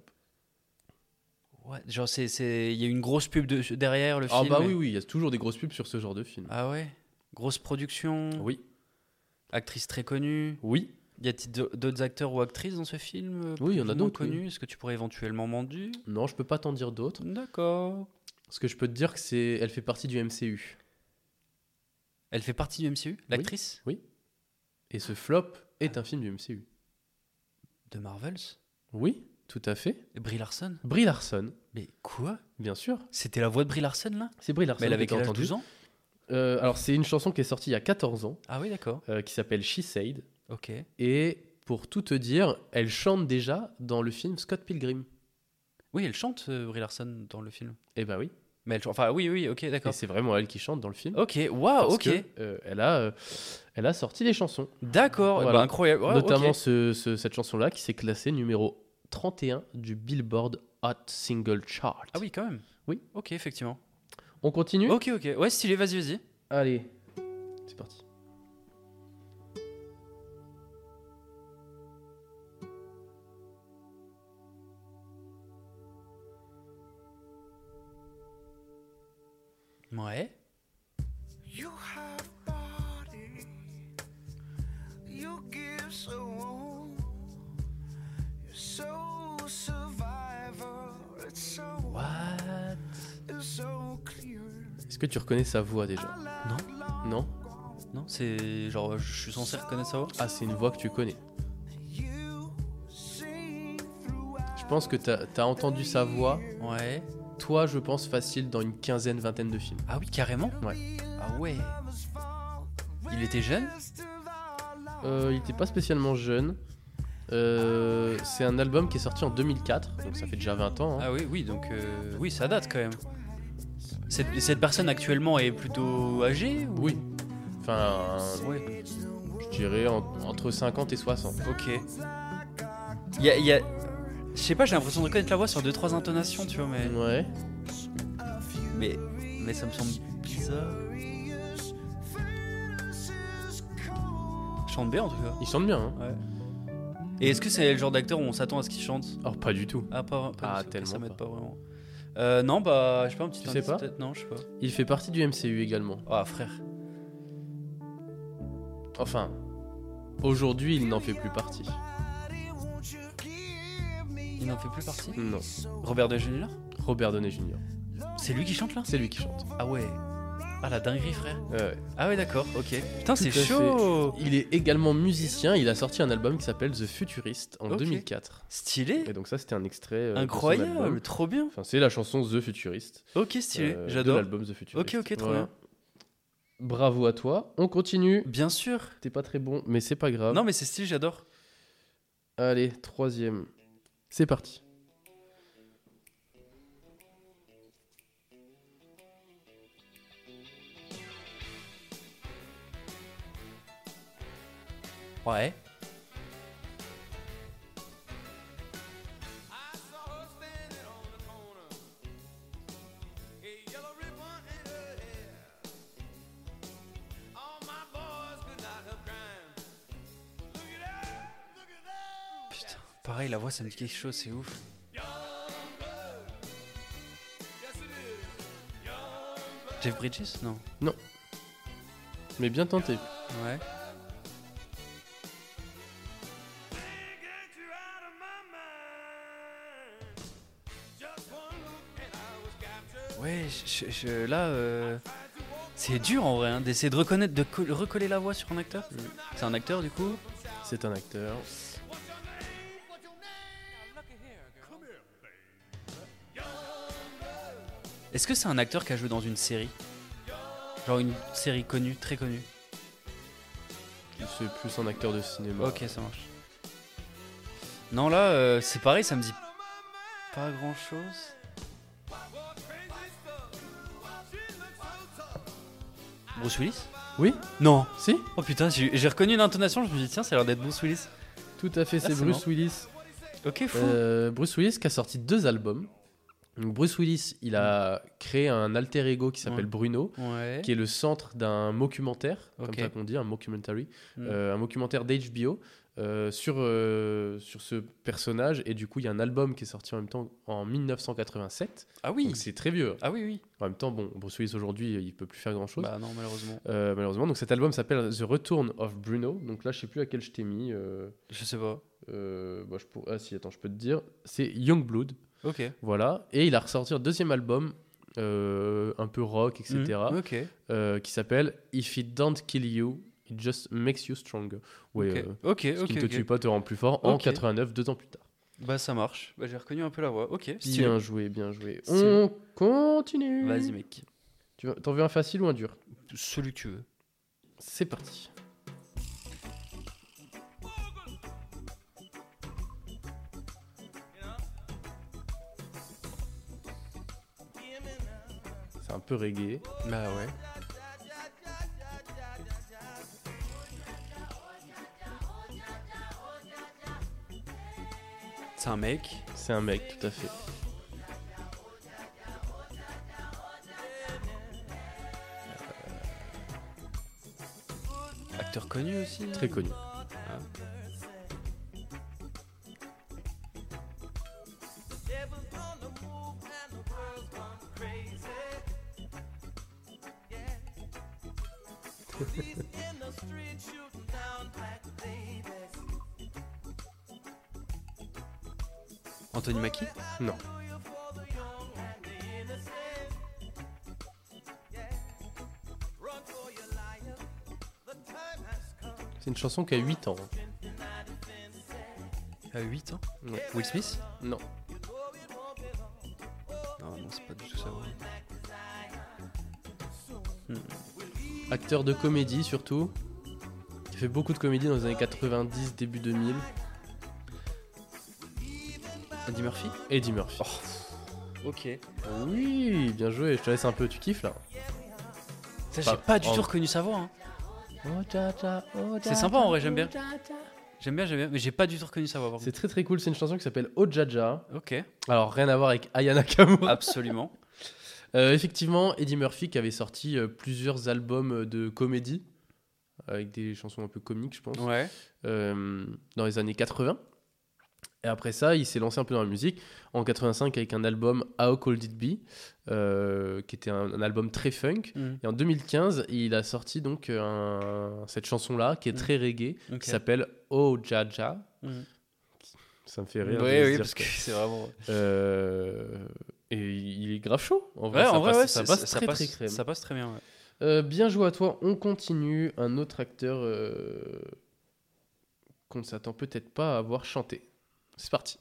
Speaker 7: What Genre c'est c'est il y a une grosse pub de- derrière le
Speaker 6: Ah
Speaker 7: film.
Speaker 6: bah
Speaker 7: et-
Speaker 6: oui, oui, il y a toujours des grosses pubs sur ce genre de film.
Speaker 7: Ah ouais. Grosse production.
Speaker 6: Oui,
Speaker 7: Actrice très connue.
Speaker 6: oui.
Speaker 7: Y a-t-il d'au- d'autres acteurs ou actrices dans ce film euh,
Speaker 6: Oui, il y en a
Speaker 7: plus ou moins
Speaker 6: d'autres, oui.
Speaker 7: connus Est-ce que tu pourrais éventuellement m'en dire
Speaker 6: Non, je peux pas t'en dire d'autres.
Speaker 7: D'accord.
Speaker 6: Ce que je peux te dire, que c'est, elle fait partie du MCU.
Speaker 7: Elle fait partie du MCU L'actrice
Speaker 6: Et ce flop est un film du MCU.
Speaker 7: De Marvels
Speaker 6: Oui, tout à fait.
Speaker 7: Brie Larson
Speaker 6: Brie Larson,
Speaker 7: Mais quoi
Speaker 6: bien sûr.
Speaker 7: C'était la voix de Brie Larson là
Speaker 6: C'est Brie Larson.
Speaker 7: Mais elle avait
Speaker 6: que t'as
Speaker 7: quel âge
Speaker 6: entendu.
Speaker 7: 12 ans
Speaker 6: Euh, Alors c'est une chanson qui est sortie il y a 14 ans,
Speaker 7: Ah oui, d'accord.
Speaker 6: euh, qui s'appelle She Said.
Speaker 7: Ok.
Speaker 6: Et pour tout te dire, elle chante déjà dans le film Scott Pilgrim.
Speaker 7: Oui, elle chante euh, Brie Larson dans le film.
Speaker 6: Eh bah oui.
Speaker 7: Mais elle chante- Enfin, oui, oui, ok,
Speaker 6: Et
Speaker 7: d'accord.
Speaker 6: c'est vraiment elle qui chante dans le film.
Speaker 7: Ok, waouh,
Speaker 6: Parce
Speaker 7: Ah, ok.
Speaker 6: que, euh, elle, a, euh, elle a sorti des chansons.
Speaker 7: D'accord,
Speaker 6: Voilà.
Speaker 7: bah, incroyable. Ouais,
Speaker 6: Notamment
Speaker 7: ok.
Speaker 6: ce- ce- cette chanson-là qui s'est classée numéro 31 du Billboard Hot Single Chart.
Speaker 7: Ah oui, quand même.
Speaker 6: Oui.
Speaker 7: Ok, effectivement.
Speaker 6: On continue
Speaker 7: Ok, ok. Ouais, stylé, vas-y, vas-y.
Speaker 6: Allez, c'est parti.
Speaker 7: Ouais.
Speaker 8: You have
Speaker 6: Est-ce que tu reconnais sa voix déjà
Speaker 7: Non.
Speaker 6: Non
Speaker 7: Non, c'est genre, je suis censé reconnaître ça.
Speaker 6: Ah, c'est une voix que tu connais. Je pense que t'as as entendu sa voix,
Speaker 7: Ah, Ouais.
Speaker 6: toi, je pense, facile dans une quinzaine, vingtaine de films.
Speaker 7: Ah oui, carrément
Speaker 6: Ouais.
Speaker 7: Ah ouais. Il était jeune
Speaker 6: Euh, il était pas spécialement jeune. Euh, c'est un album qui est sorti en 2004, donc ça fait déjà 20 ans. hein.
Speaker 7: Ah oui, oui, donc euh, oui, ça date quand même. Cette, cette personne actuellement est plutôt âgée ou...
Speaker 6: Oui. Enfin,
Speaker 7: Ouais,
Speaker 6: je dirais en- entre 50 et 60.
Speaker 7: ok. Il y a. il y a- Je sais pas, j'ai l'impression de reconnaître la voix sur 2-3 intonations, tu vois, mais...
Speaker 6: Ouais.
Speaker 7: mais. Mais ça me semble bizarre. Chante bien en tout cas.
Speaker 6: Il chante bien, hein
Speaker 7: Et est-ce que c'est le genre d'acteur où on s'attend à ce qu'il chante
Speaker 6: Oh, pas du tout.
Speaker 7: Ah, pas, pas
Speaker 6: Ah,
Speaker 7: du tout,
Speaker 6: tellement
Speaker 7: Ça m'aide
Speaker 6: pas.
Speaker 7: pas vraiment. Euh, non, bah, je sais pas, un petit
Speaker 6: Tu sais
Speaker 7: indice,
Speaker 6: pas
Speaker 7: peut-être, Non, je sais pas.
Speaker 6: Il fait partie du MCU également.
Speaker 7: Ah, frère.
Speaker 6: Enfin, aujourd'hui, il n'en fait plus partie.
Speaker 7: Il n'en fait plus partie
Speaker 6: Non.
Speaker 7: Robert De Jr.
Speaker 6: Robert Downey Jr.
Speaker 7: C'est lui qui chante là
Speaker 6: C'est lui qui chante.
Speaker 7: Ah ouais. Ah la dinguerie, frère.
Speaker 6: Ouais.
Speaker 7: Ah ouais, d'accord, ok. Putain, c'est
Speaker 6: Tout à fait.
Speaker 7: chaud
Speaker 6: Il est également musicien. Il a sorti un album qui s'appelle The Futurist en
Speaker 7: Ok.
Speaker 6: 2004.
Speaker 7: Stylé
Speaker 6: Et donc ça, c'était un extrait. euh, de son album.
Speaker 7: Incroyable, trop bien.
Speaker 6: Enfin, c'est la chanson The Futurist.
Speaker 7: Ok, stylé,
Speaker 6: euh, De
Speaker 7: j'adore.
Speaker 6: l'album The Futurist.
Speaker 7: Ok, ok, trop bien.
Speaker 6: Bravo à toi. On continue.
Speaker 7: Bien sûr.
Speaker 6: T'es pas très bon, mais c'est pas grave.
Speaker 7: Non, mais c'est stylé, j'adore.
Speaker 6: Allez, troisième. C'est parti.
Speaker 7: Ouais. Putain, pareil, la voix, ça me dit quelque chose, c'est ouf. Jeff Bridges Non.
Speaker 6: Mais bien tenté.
Speaker 7: Ouais. Ouais, je, je- je- là, euh, c'est dur en vrai, hein, d'essayer de reconnaître, de co- recoller la voix sur un acteur. C'est un acteur du coup
Speaker 6: C'est un acteur.
Speaker 7: Est-ce que c'est un acteur qui a joué dans une série Genre une série connue, très connue.
Speaker 6: C'est plus un acteur de cinéma.
Speaker 7: Ok, ça marche. Non, là, euh, c'est pareil, ça me dit pas grand chose. Bruce Willis
Speaker 6: Oui
Speaker 7: Non.
Speaker 6: Si
Speaker 7: Oh putain, j'ai j'ai reconnu une intonation, je me dis tiens, ça a l'air d'être Bruce Willis.
Speaker 6: Tout à fait, c'est
Speaker 7: Ah, c'est
Speaker 6: Bruce
Speaker 7: marrant.
Speaker 6: Willis.
Speaker 7: Ok, fou.
Speaker 6: Euh, Bruce Willis qui a sorti deux albums. Donc, Bruce Willis, il a créé un alter ego qui s'appelle
Speaker 7: Ouais.
Speaker 6: Bruno,
Speaker 7: ouais.
Speaker 6: qui est le centre d'un mockumentaire,
Speaker 7: Ok.
Speaker 6: comme ça qu'on dit, un mockumentary,
Speaker 7: Mm.
Speaker 6: euh, un mockumentaire d'HBO euh, sur, euh, sur ce personnage. Et du coup, il y a un album qui est sorti en même temps en 1987.
Speaker 7: Ah oui.
Speaker 6: Donc c'est très vieux. hein.
Speaker 7: Ah oui, oui.
Speaker 6: En même temps, bon, Bruce Willis aujourd'hui, il peut plus faire grand chose.
Speaker 7: Bah non, malheureusement.
Speaker 6: malheureusement, donc cet album s'appelle The Return of Bruno. Donc là, je sais plus à quel je t'ai mis. euh,
Speaker 7: Je sais pas.
Speaker 6: euh, bah, je pour- Ah si, attends, je peux te dire. C'est Youngblood.
Speaker 7: Ok.
Speaker 6: Voilà. Et il a ressorti un deuxième album, euh, un peu rock, etc.,
Speaker 7: Mm, Ok.
Speaker 6: euh, qui s'appelle If It Don't Kill You, It Just Makes You Stronger. Ouais,
Speaker 7: ok.
Speaker 6: euh,
Speaker 7: ok,
Speaker 6: ce qui
Speaker 7: ok,
Speaker 6: ne te
Speaker 7: ok.
Speaker 6: tue pas te rend plus fort en
Speaker 7: Ok.
Speaker 6: 89, deux ans plus tard.
Speaker 7: Bah ça marche. Bah j'ai reconnu un peu la voix. Ok. stylé.
Speaker 6: Bien joué, bien joué.
Speaker 7: Stylé.
Speaker 6: On continue.
Speaker 7: Vas-y mec.
Speaker 6: Tu veux- T'en veux un facile ou un dur
Speaker 7: Celui que tu veux.
Speaker 6: C'est parti. C'est un peu reggae.
Speaker 7: Bah ouais. C'est un mec.
Speaker 6: C'est un mec, tout à fait.
Speaker 7: Acteur connu aussi. hein.
Speaker 6: Très connu.
Speaker 7: Anthony Mackie
Speaker 6: Non. C'est une chanson qui a 8 ans.
Speaker 7: À 8 ans
Speaker 6: Ouais.
Speaker 7: Will Smith
Speaker 6: Non.
Speaker 7: Non, non, c'est pas du tout ça. ouais.
Speaker 6: Acteur de comédie surtout. Il fait beaucoup de comédie dans les années 90, début 2000.
Speaker 7: Andy Murphy
Speaker 6: Eddie Murphy.
Speaker 7: Ok.
Speaker 6: Oui, bien joué. Je te laisse un peu. Tu kiffes là
Speaker 7: Ça,
Speaker 6: Pas-
Speaker 7: j'ai pas du
Speaker 6: oh.
Speaker 7: tout reconnu sa voix. hein. C'est sympa en vrai, j'aime bien. J'aime bien, j'aime bien, mais j'ai pas du tout reconnu sa voix. par
Speaker 6: C'est très très cool. C'est une chanson qui s'appelle Ojaja.
Speaker 7: contre. Ok,
Speaker 6: Alors rien à voir avec Ayana Nakamura.
Speaker 7: absolument.
Speaker 6: Euh, effectivement, Eddie Murphy qui avait sorti euh, plusieurs albums euh, de comédie avec des chansons un peu comiques, je pense,
Speaker 7: Ouais.
Speaker 6: euh, dans les années 80. Et après ça, il s'est lancé un peu dans la musique en 85 avec un album How Cold It Be, euh, qui était un, un album très funk.
Speaker 7: Mm.
Speaker 6: Et en 2015, il a sorti donc euh, un- cette chanson-là qui est
Speaker 7: Mm.
Speaker 6: très reggae,
Speaker 7: Ok.
Speaker 6: qui s'appelle Oh Ja Ja.
Speaker 7: Mm.
Speaker 6: Ça me fait
Speaker 7: Oui,
Speaker 6: rire. de se
Speaker 7: oui,
Speaker 6: dire
Speaker 7: parce que c'est vraiment.
Speaker 6: euh, Et il est grave chaud. En vrai,
Speaker 7: Ouais,
Speaker 6: ça,
Speaker 7: en vrai,
Speaker 6: passe,
Speaker 7: ouais,
Speaker 6: ça
Speaker 7: c'est-
Speaker 6: passe très,
Speaker 7: passe-
Speaker 6: très crème.
Speaker 7: Ça passe très bien. ouais.
Speaker 6: Euh, bien joué à toi. On continue. Un autre acteur euh, qu'on ne s'attend peut-être pas à avoir chanté. C'est parti.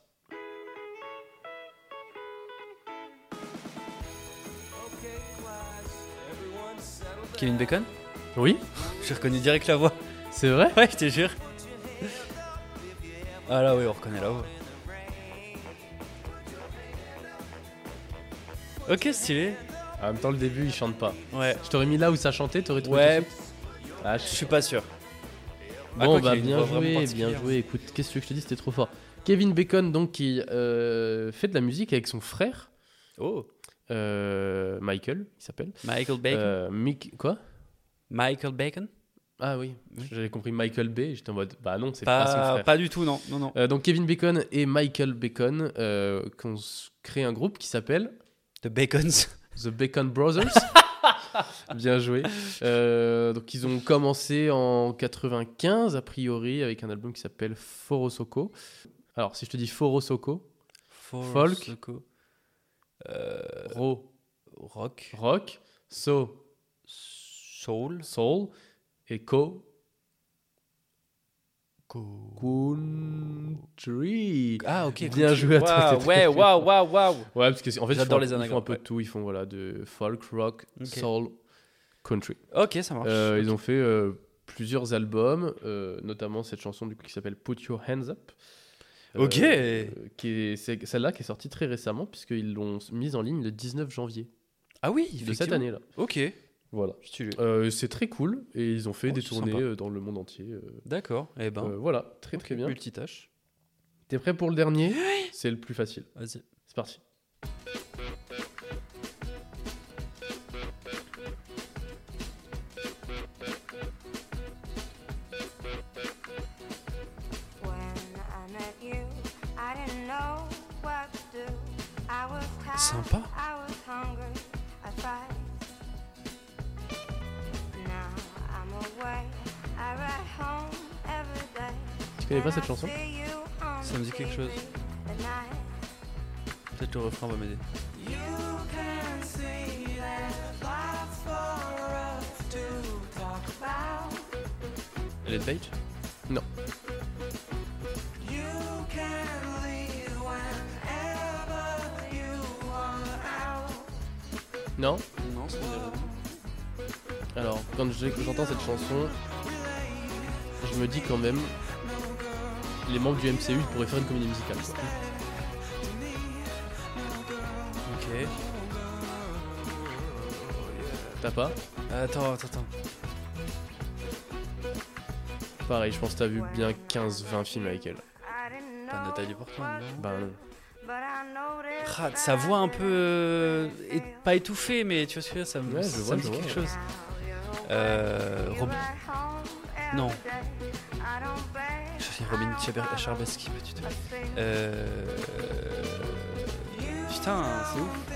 Speaker 7: Kevin Bacon
Speaker 6: Oui,
Speaker 7: J'ai reconnu direct la voix.
Speaker 6: c'est vrai.
Speaker 7: Ouais, je te jure. Ah là, oui, on reconnaît la voix. Ok, stylé.
Speaker 6: En même temps, le début, il chante pas.
Speaker 7: Ouais.
Speaker 6: Je t'aurais mis là où ça chantait, t'aurais trouvé.
Speaker 7: Ouais,
Speaker 6: tout de suite. Ah, je-
Speaker 7: je suis pas sûr. Ah,
Speaker 6: Bon,
Speaker 7: quoi
Speaker 6: bah
Speaker 7: qu'il y ait une
Speaker 6: bien
Speaker 7: voix vraiment
Speaker 6: joué, bien
Speaker 7: particulière.
Speaker 6: joué. Écoute, qu'est-ce que je te dis, c'était trop fort. Kevin Bacon, donc, qui euh, fait de la musique avec son frère. Oh. Michael, il s'appelle.
Speaker 7: Michael Bacon
Speaker 6: Euh, Mick, quoi
Speaker 7: Michael Bacon
Speaker 6: Ah oui,
Speaker 7: Oui.
Speaker 6: j'avais compris Michael Bay. J'étais en mode, bah non, c'est pas,
Speaker 7: pas,
Speaker 6: son frère.
Speaker 7: pas du tout, non. non, non.
Speaker 6: Euh, donc Kevin Bacon et Michael Bacon euh, qui ont s- créé un groupe qui s'appelle
Speaker 7: The Bacons.
Speaker 6: The Bacon Brothers. Bien joué. Euh, donc ils ont commencé en 95 a priori avec un album qui s'appelle Forosoko. Alors si je te dis Forosoko, Folk.
Speaker 7: Soko. Euh,
Speaker 6: ro
Speaker 7: rock.
Speaker 6: rock, so
Speaker 7: Soul.
Speaker 6: soul et ko
Speaker 7: Go.
Speaker 6: country.
Speaker 7: Ah, ok.
Speaker 6: Bien
Speaker 7: cool.
Speaker 6: joué à toi,
Speaker 7: Waouh,
Speaker 6: t'es
Speaker 7: Ouais,
Speaker 6: très fort.
Speaker 7: waouh, waouh, waouh.
Speaker 6: Ouais parce que c'est- en fait ils
Speaker 7: J'adore
Speaker 6: font,
Speaker 7: les
Speaker 6: ils font un
Speaker 7: anagrammes,
Speaker 6: peu de
Speaker 7: ouais.
Speaker 6: tout. Ils font voilà de folk, rock,
Speaker 7: Ok.
Speaker 6: soul, country.
Speaker 7: Ok, ça marche.
Speaker 6: Euh, ils ont fait euh, plusieurs albums, euh, notamment cette chanson du coup, qui s'appelle Put Your Hands Up. Euh,
Speaker 7: Ok.
Speaker 6: qui est, c'est celle-là qui est sortie très récemment, puisqu'ils l'ont mise en ligne le 19 janvier
Speaker 7: Ah oui,
Speaker 6: de cette
Speaker 7: effectivement.
Speaker 6: année-là.
Speaker 7: Ok,
Speaker 6: Voilà.
Speaker 7: stylé.
Speaker 6: Euh, c'est très cool et ils ont fait
Speaker 7: Oh,
Speaker 6: des
Speaker 7: c'est
Speaker 6: tournées
Speaker 7: sympa.
Speaker 6: euh, dans le monde entier. euh,
Speaker 7: D'accord, eh ben.
Speaker 6: euh, voilà, très très
Speaker 7: ok,
Speaker 6: bien.
Speaker 7: Multitâche.
Speaker 6: T'es prêt pour le dernier C'est le plus facile.
Speaker 7: Vas-y.
Speaker 6: C'est parti.
Speaker 7: Sympa.
Speaker 6: Tu connais pas cette chanson
Speaker 7: Ça me dit quelque chose. Peut-être le refrain va m'aider. Ellen Page
Speaker 6: Non. Non
Speaker 7: Non, ça
Speaker 6: Alors, quand je- j'entends cette chanson, je me dis quand même, les membres du MCU ils pourraient faire une comédie musicale. quoi.
Speaker 7: Ok.
Speaker 6: T'as pas
Speaker 7: Attends, attends, attends.
Speaker 6: Pareil, je pense que t'as vu bien 15-20 films avec elle.
Speaker 7: Pas Nathalie Portman, non
Speaker 6: Bah non.
Speaker 7: Rah, Sa voix un peu. euh, é- pas étouffée, mais tu vois ce que je veux dire, ça me,
Speaker 6: Ouais, je
Speaker 7: ça
Speaker 6: vois,
Speaker 7: me
Speaker 6: je
Speaker 7: dit
Speaker 6: vois,
Speaker 7: quelque
Speaker 6: ouais.
Speaker 7: chose. Euh. Rob- Non. Je sais, Robin Chaber- Charbaski, pas du tout. Euh. Putain, c'est ouf.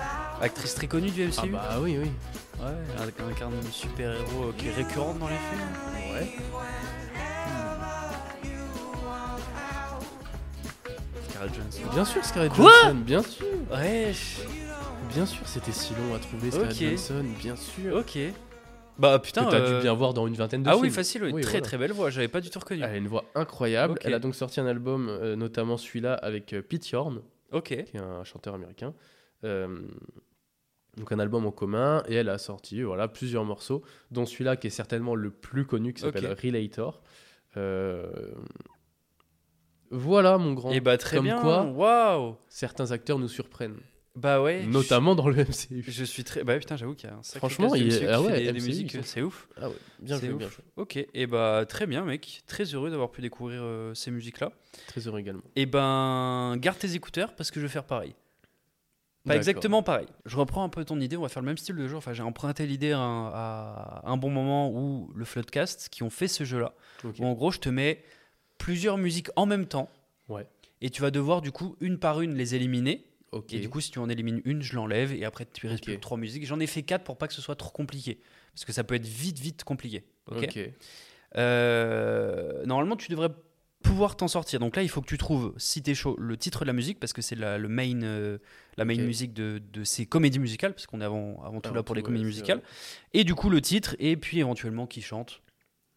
Speaker 7: Euh, Actrice très connue du MCU.
Speaker 6: Ah bah oui, oui.
Speaker 7: Ouais, elle incarne une super-héros euh, qui est récurrente dans les films. Ouais. Scarlett Johansson.
Speaker 6: Bien sûr, Scarlett
Speaker 7: Quoi
Speaker 6: Johansson, bien sûr.
Speaker 7: Ouais. je-
Speaker 6: Bien sûr, c'était si long à trouver, Scarlett
Speaker 7: Ok.
Speaker 6: Johansson, bien sûr.
Speaker 7: Ok. Bah putain.
Speaker 6: Que t'as
Speaker 7: euh,
Speaker 6: dû bien voir dans une vingtaine de
Speaker 7: Ah
Speaker 6: films.
Speaker 7: oui, facile, oui,
Speaker 6: Oui,
Speaker 7: très
Speaker 6: voilà.
Speaker 7: très belle voix, j'avais pas du tout reconnu.
Speaker 6: Elle a une voix incroyable.
Speaker 7: Ok.
Speaker 6: Elle a donc sorti un album, euh, notamment celui-là, avec euh, Pete Yorn,
Speaker 7: Ok.
Speaker 6: qui est un chanteur américain. Euh, donc un album en commun, et elle a sorti voilà, plusieurs morceaux, dont celui-là qui est certainement le plus connu, qui s'appelle
Speaker 7: Ok.
Speaker 6: Relator. Euh, Voilà mon grand.
Speaker 7: Et bah très
Speaker 6: Comme
Speaker 7: bien.
Speaker 6: quoi-
Speaker 7: Waouh.
Speaker 6: Certains acteurs nous surprennent,
Speaker 7: Bah ouais. je-
Speaker 6: notamment dans le MCU.
Speaker 7: Je suis très. Bah putain, j'avoue qu'il y a un sacré
Speaker 6: Franchement,
Speaker 7: cast de
Speaker 6: il est-
Speaker 7: monsieur qui
Speaker 6: ah
Speaker 7: fait
Speaker 6: ouais,
Speaker 7: des, des
Speaker 6: MCU,
Speaker 7: musiques,
Speaker 6: ils sont-
Speaker 7: c'est ouf.
Speaker 6: Ah ouais, bien
Speaker 7: C'est
Speaker 6: joué,
Speaker 7: ouf.
Speaker 6: bien joué.
Speaker 7: Ok, et bah très bien, mec. Très heureux d'avoir pu découvrir euh, ces musiques-là.
Speaker 6: Très heureux également.
Speaker 7: Et ben, garde tes écouteurs parce que je vais faire pareil. Pas
Speaker 6: D'accord.
Speaker 7: exactement pareil. Je reprends un peu ton idée, on va faire le même style de jeu. Enfin, j'ai emprunté l'idée à, un- à un bon moment où le Floodcast qui ont fait ce jeu-là.
Speaker 6: Ok.
Speaker 7: Où en gros, je te mets plusieurs musiques en même temps.
Speaker 6: Ouais.
Speaker 7: Et tu vas devoir du coup une par une les éliminer.
Speaker 6: Ok.
Speaker 7: Et du coup, si tu en élimines une, je l'enlève et après tu
Speaker 6: Ok.
Speaker 7: restes plus que trois musiques. J'en ai fait quatre pour pas que ce soit trop compliqué parce que ça peut être vite vite compliqué. Ok.
Speaker 6: Ok.
Speaker 7: Euh, normalement, tu devrais pouvoir t'en sortir. Donc là, il faut que tu trouves, si t'es chaud, le titre de la musique, parce que c'est la, le main, euh, la main
Speaker 6: Ok.
Speaker 7: musique de, de ces comédies musicales, parce qu'on est avant, avant tout
Speaker 6: Avant
Speaker 7: là
Speaker 6: tout,
Speaker 7: pour les comédies
Speaker 6: ouais, c'est
Speaker 7: musicales. Et du coup, le titre, et puis éventuellement qui chante.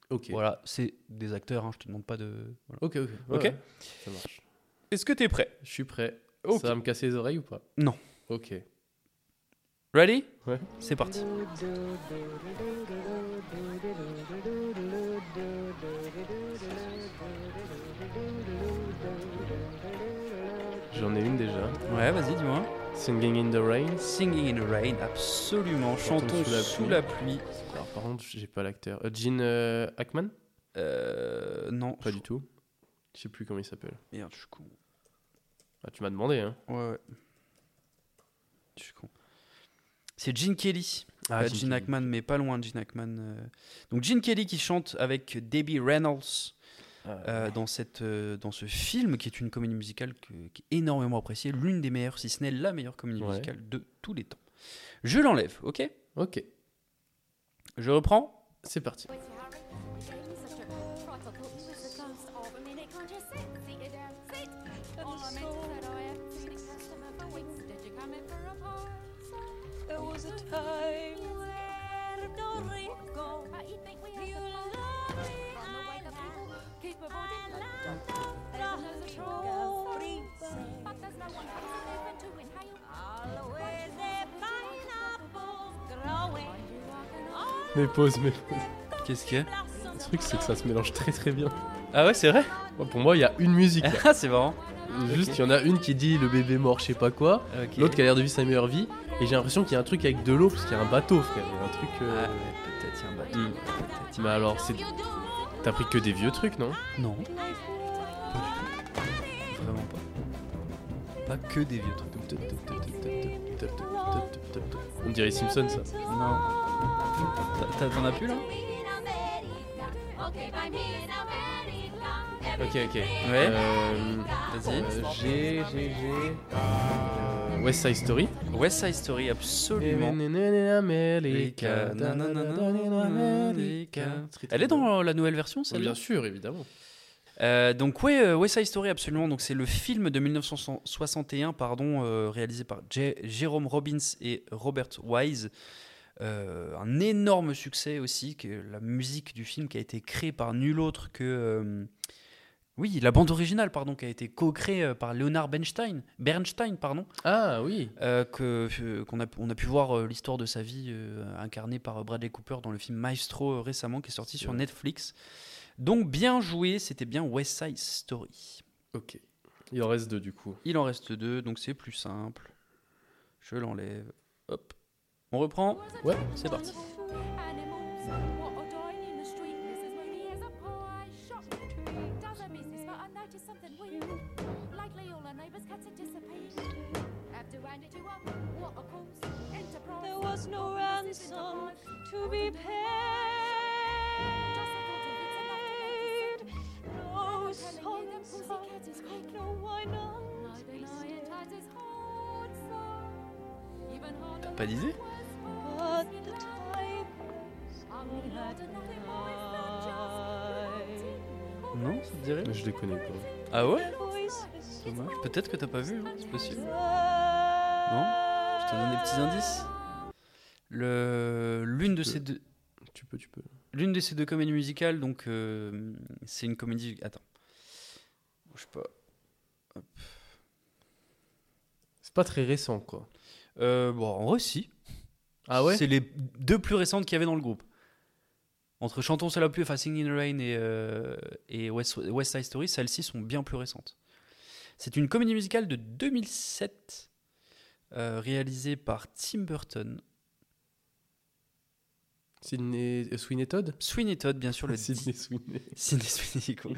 Speaker 6: Ok.
Speaker 7: Voilà, c'est des acteurs, hein, je te demande pas de... voilà.
Speaker 6: Ok, ok.
Speaker 7: Ok.
Speaker 6: ouais, Ça marche.
Speaker 7: Est-ce que t'es prêt
Speaker 6: Je suis prêt.
Speaker 7: Ok.
Speaker 6: Ça va me casser les oreilles ou pas
Speaker 7: Non.
Speaker 6: Ok.
Speaker 7: Ready
Speaker 6: Ouais.
Speaker 7: C'est parti.
Speaker 6: J'en ai une déjà.
Speaker 7: Ouais, vas-y, dis-moi.
Speaker 6: Singing in the Rain.
Speaker 7: Singing in the Rain, absolument. Chantons sous la pluie.
Speaker 6: Alors par contre, j'ai pas l'acteur. Euh, Gene euh, Hackman
Speaker 7: Euh, non.
Speaker 6: Pas du tout. Je sais plus comment il s'appelle.
Speaker 7: Merde, je suis con.
Speaker 6: Ah, tu m'as demandé, hein
Speaker 7: Ouais, ouais. Je suis con. C'est Gene Kelly.
Speaker 6: Ah,
Speaker 7: pas
Speaker 6: Gene
Speaker 7: Gene
Speaker 6: Kelly.
Speaker 7: Hackman, mais pas loin de Gene Hackman. euh. Donc Gene Kelly qui chante avec Debbie Reynolds
Speaker 6: Ah,
Speaker 7: euh, dans, cette, euh, dans ce film qui est une comédie musicale que- qui est énormément appréciée, l'une des meilleures, si ce n'est la meilleure comédie
Speaker 6: Ouais.
Speaker 7: musicale de tous les temps. Je l'enlève, ok
Speaker 6: Ok,
Speaker 7: Je reprends.
Speaker 6: c'est parti. Mais pause, mais pause.
Speaker 7: Qu'est-ce qu'il y a
Speaker 6: Le truc, c'est que ça se mélange très très bien.
Speaker 7: Ah ouais, c'est vrai
Speaker 6: Moi, pour moi, il y a une musique. là.
Speaker 7: Ah, c'est marrant.
Speaker 6: Juste, il y en a une qui dit le bébé mort, je sais pas quoi.
Speaker 7: Ok.
Speaker 6: L'autre qui a l'air de vivre sa meilleure vie. Et j'ai l'impression qu'il y a un truc avec de l'eau, parce qu'il y a un bateau, frère. Il y a un truc.
Speaker 7: Ah,
Speaker 6: euh,
Speaker 7: ouais, peut-être, il y a un bateau.
Speaker 6: hmm. Mais alors, c'est. T'as pris que des vieux trucs, non
Speaker 7: Non. Pas du tout. Vraiment pas. Pas que des vieux trucs.
Speaker 6: On dirait Simpson, ça.
Speaker 7: Non. T'as- t'as- T'en as plus là
Speaker 6: Ok, ok.
Speaker 7: Ouais.
Speaker 6: Euh,
Speaker 7: Vas-y.
Speaker 6: euh, J'ai, j'ai, j'ai. Euh, West Side Story.
Speaker 7: West Side Story, absolument.
Speaker 6: America,
Speaker 7: Elle est dans la nouvelle version, celle
Speaker 6: Bien sûr, évidemment.
Speaker 7: donc ouais, euh, West Side Story absolument. Donc c'est le film de 1961, pardon, euh, réalisé par J- Jérôme Robbins et Robert Wise. Euh, un énorme succès aussi, que la musique du film qui a été créée par nul autre que euh, oui, la bande originale, pardon, qui a été co-créée euh, par Leonard Bernstein, Bernstein, pardon,
Speaker 6: Ah oui.
Speaker 7: euh, que euh, qu'on a on a pu voir euh, l'histoire de sa vie euh, incarnée par Bradley Cooper dans le film Maestro euh, récemment qui est sorti sur
Speaker 6: Ouais.
Speaker 7: Netflix. Donc bien joué, c'était bien West Side Story.
Speaker 6: Ok. Il en reste deux du coup.
Speaker 7: Il en reste deux, donc c'est plus simple. Je l'enlève. Hop. On reprend.
Speaker 6: Ouais.
Speaker 7: C'est parti.
Speaker 8: There was no ransom to be paid. No songs, no wine
Speaker 7: T'as pas d'idée
Speaker 8: But the tigers had died.
Speaker 7: Non, ça te dirait
Speaker 6: Je les connais pas.
Speaker 7: Ah ouais
Speaker 8: Voices
Speaker 7: Dommage. Peut-être que t'as pas vu, hein, c'est possible.
Speaker 8: cried.
Speaker 7: hein, Non Je te donne des petits indices. Le l'une de ces deux
Speaker 6: Tu peux, tu peux.
Speaker 7: l'une de ces deux comédies musicales donc euh, c'est une comédie attends. Je sais pas.
Speaker 6: C'est pas très récent, quoi.
Speaker 7: Euh, bon en vrai si.
Speaker 6: Ah ouais
Speaker 7: C'est les deux plus récentes qu'il y avait dans le groupe. Entre Chantons sous la pluie, enfin Singing in the Rain et, euh, et West, West Side Story, celles-ci sont bien plus récentes. C'est une comédie musicale de 2007, euh, réalisée par Tim Burton.
Speaker 6: Sydney euh, Sweeney Todd
Speaker 7: Sweeney Todd, bien sûr, le, di-
Speaker 6: Sydney Sweeney.
Speaker 7: Sidney Sweeney, quoi.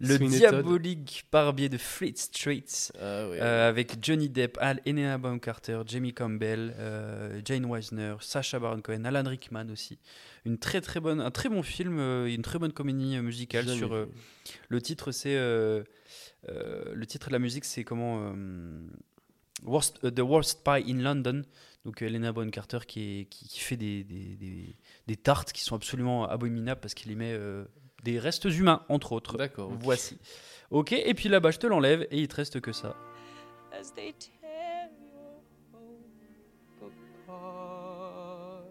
Speaker 7: le
Speaker 6: Sweeney Todd.
Speaker 7: diabolique barbier de Fleet Street,
Speaker 6: Ah ouais.
Speaker 7: Euh, avec Johnny Depp, Al Helena Bonham Carter, Jamie Campbell, euh, Jane Weisner, Sacha Baron Cohen, Alan Rickman aussi. Une très très bonne, un très bon film euh, et une très bonne comédie euh, musicale.
Speaker 6: Jamais
Speaker 7: Sur euh,
Speaker 6: vu.
Speaker 7: le titre, c'est euh, euh, le titre de la musique, c'est comment euh, Worst- euh, The Worst Pie in London. Donc euh, Helena Bonham Carter qui, est- qui, qui fait des, des, des- des tartes qui sont absolument abominables parce qu'il y met euh, des restes humains entre autres.
Speaker 6: D'accord. ok.
Speaker 7: Voici. Ok, et puis là-bas, je te l'enlève et il te reste que ça.
Speaker 8: as they tear your hope apart.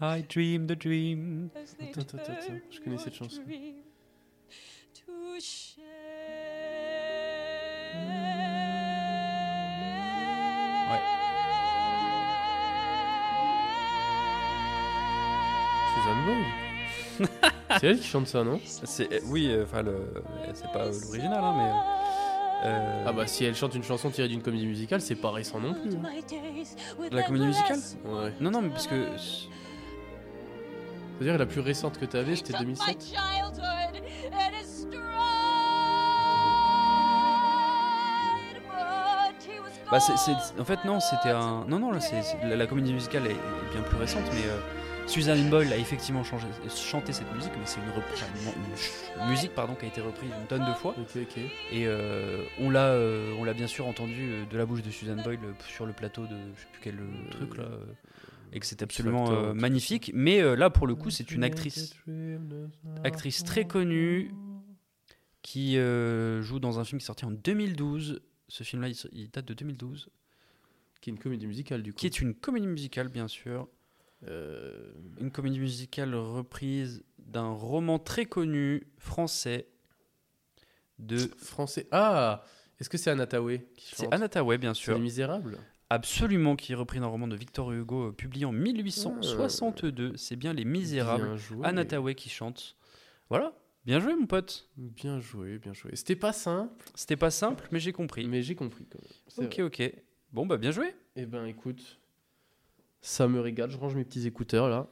Speaker 7: I dream the dream.
Speaker 8: As they
Speaker 6: Attends, attends, attends, attends,
Speaker 8: turn
Speaker 6: je connais
Speaker 8: your
Speaker 6: cette chanson.
Speaker 8: dream to shame.
Speaker 6: Suzanne Boyle. C'est elle qui chante ça, non
Speaker 7: C'est, euh, oui, euh, enfin, le, euh, c'est pas euh, l'original, hein, mais. euh,
Speaker 6: Ah bah si elle chante une chanson tirée d'une comédie musicale, c'est pas récent non plus. hein.
Speaker 8: My days with
Speaker 7: La
Speaker 8: the
Speaker 7: comédie musicale
Speaker 8: blessed
Speaker 6: Ouais.
Speaker 7: Non, non, mais parce que. c'est-
Speaker 6: C'est-à-dire la plus récente que t'avais, c'était
Speaker 8: took my
Speaker 6: 2007
Speaker 8: childhood and destroyed what he was
Speaker 7: Bah, c'est, c'est-
Speaker 8: gone
Speaker 7: en fait, non, c'était un. Non, non, là, c'est, c'est- la, la comédie musicale est, est bien plus récente, mais euh, Susan Boyle a effectivement changé, chanté cette musique, mais c'est une, repr- enfin, une- une ch- musique pardon, qui a été reprise une tonne de fois.
Speaker 6: Ok, ok.
Speaker 7: Et euh, on, l'a, euh, on l'a bien sûr entendu euh, de la bouche de Susan Boyle euh, sur le plateau de je sais plus quel euh, truc là. euh, Et que c'est absolument
Speaker 6: Factor,
Speaker 7: euh,
Speaker 6: tout ça.
Speaker 7: magnifique. Mais euh, là, pour le coup, c'est une actrice actrice très connue qui euh, joue dans un film qui est sorti en 2012. Ce film-là, il, s- il date de 2012.
Speaker 6: Qui est une comédie musicale du coup.
Speaker 7: Qui est une comédie musicale, bien sûr.
Speaker 6: Euh,
Speaker 7: Une comédie musicale reprise d'un roman très connu français de.
Speaker 6: Français. Ah Est-ce que c'est Anataway qui chante
Speaker 7: C'est Anna Tawai, bien
Speaker 6: C'est
Speaker 7: sûr.
Speaker 6: Les Misérables
Speaker 7: Absolument, qui est repris d'un roman de Victor Hugo euh, publié en 1862. C'est bien Les Misérables.
Speaker 6: Euh, Bien joué.
Speaker 7: Anna Tawai qui chante. Voilà. Bien joué, mon pote.
Speaker 6: Bien joué, bien joué. C'était pas simple,
Speaker 7: C'était pas simple, mais j'ai compris.
Speaker 6: mais j'ai compris quand même. C'est
Speaker 7: Ok,
Speaker 6: vrai.
Speaker 7: ok. Bon, bah, bien joué.
Speaker 6: Eh ben écoute, ça me régale, je range mes petits écouteurs là.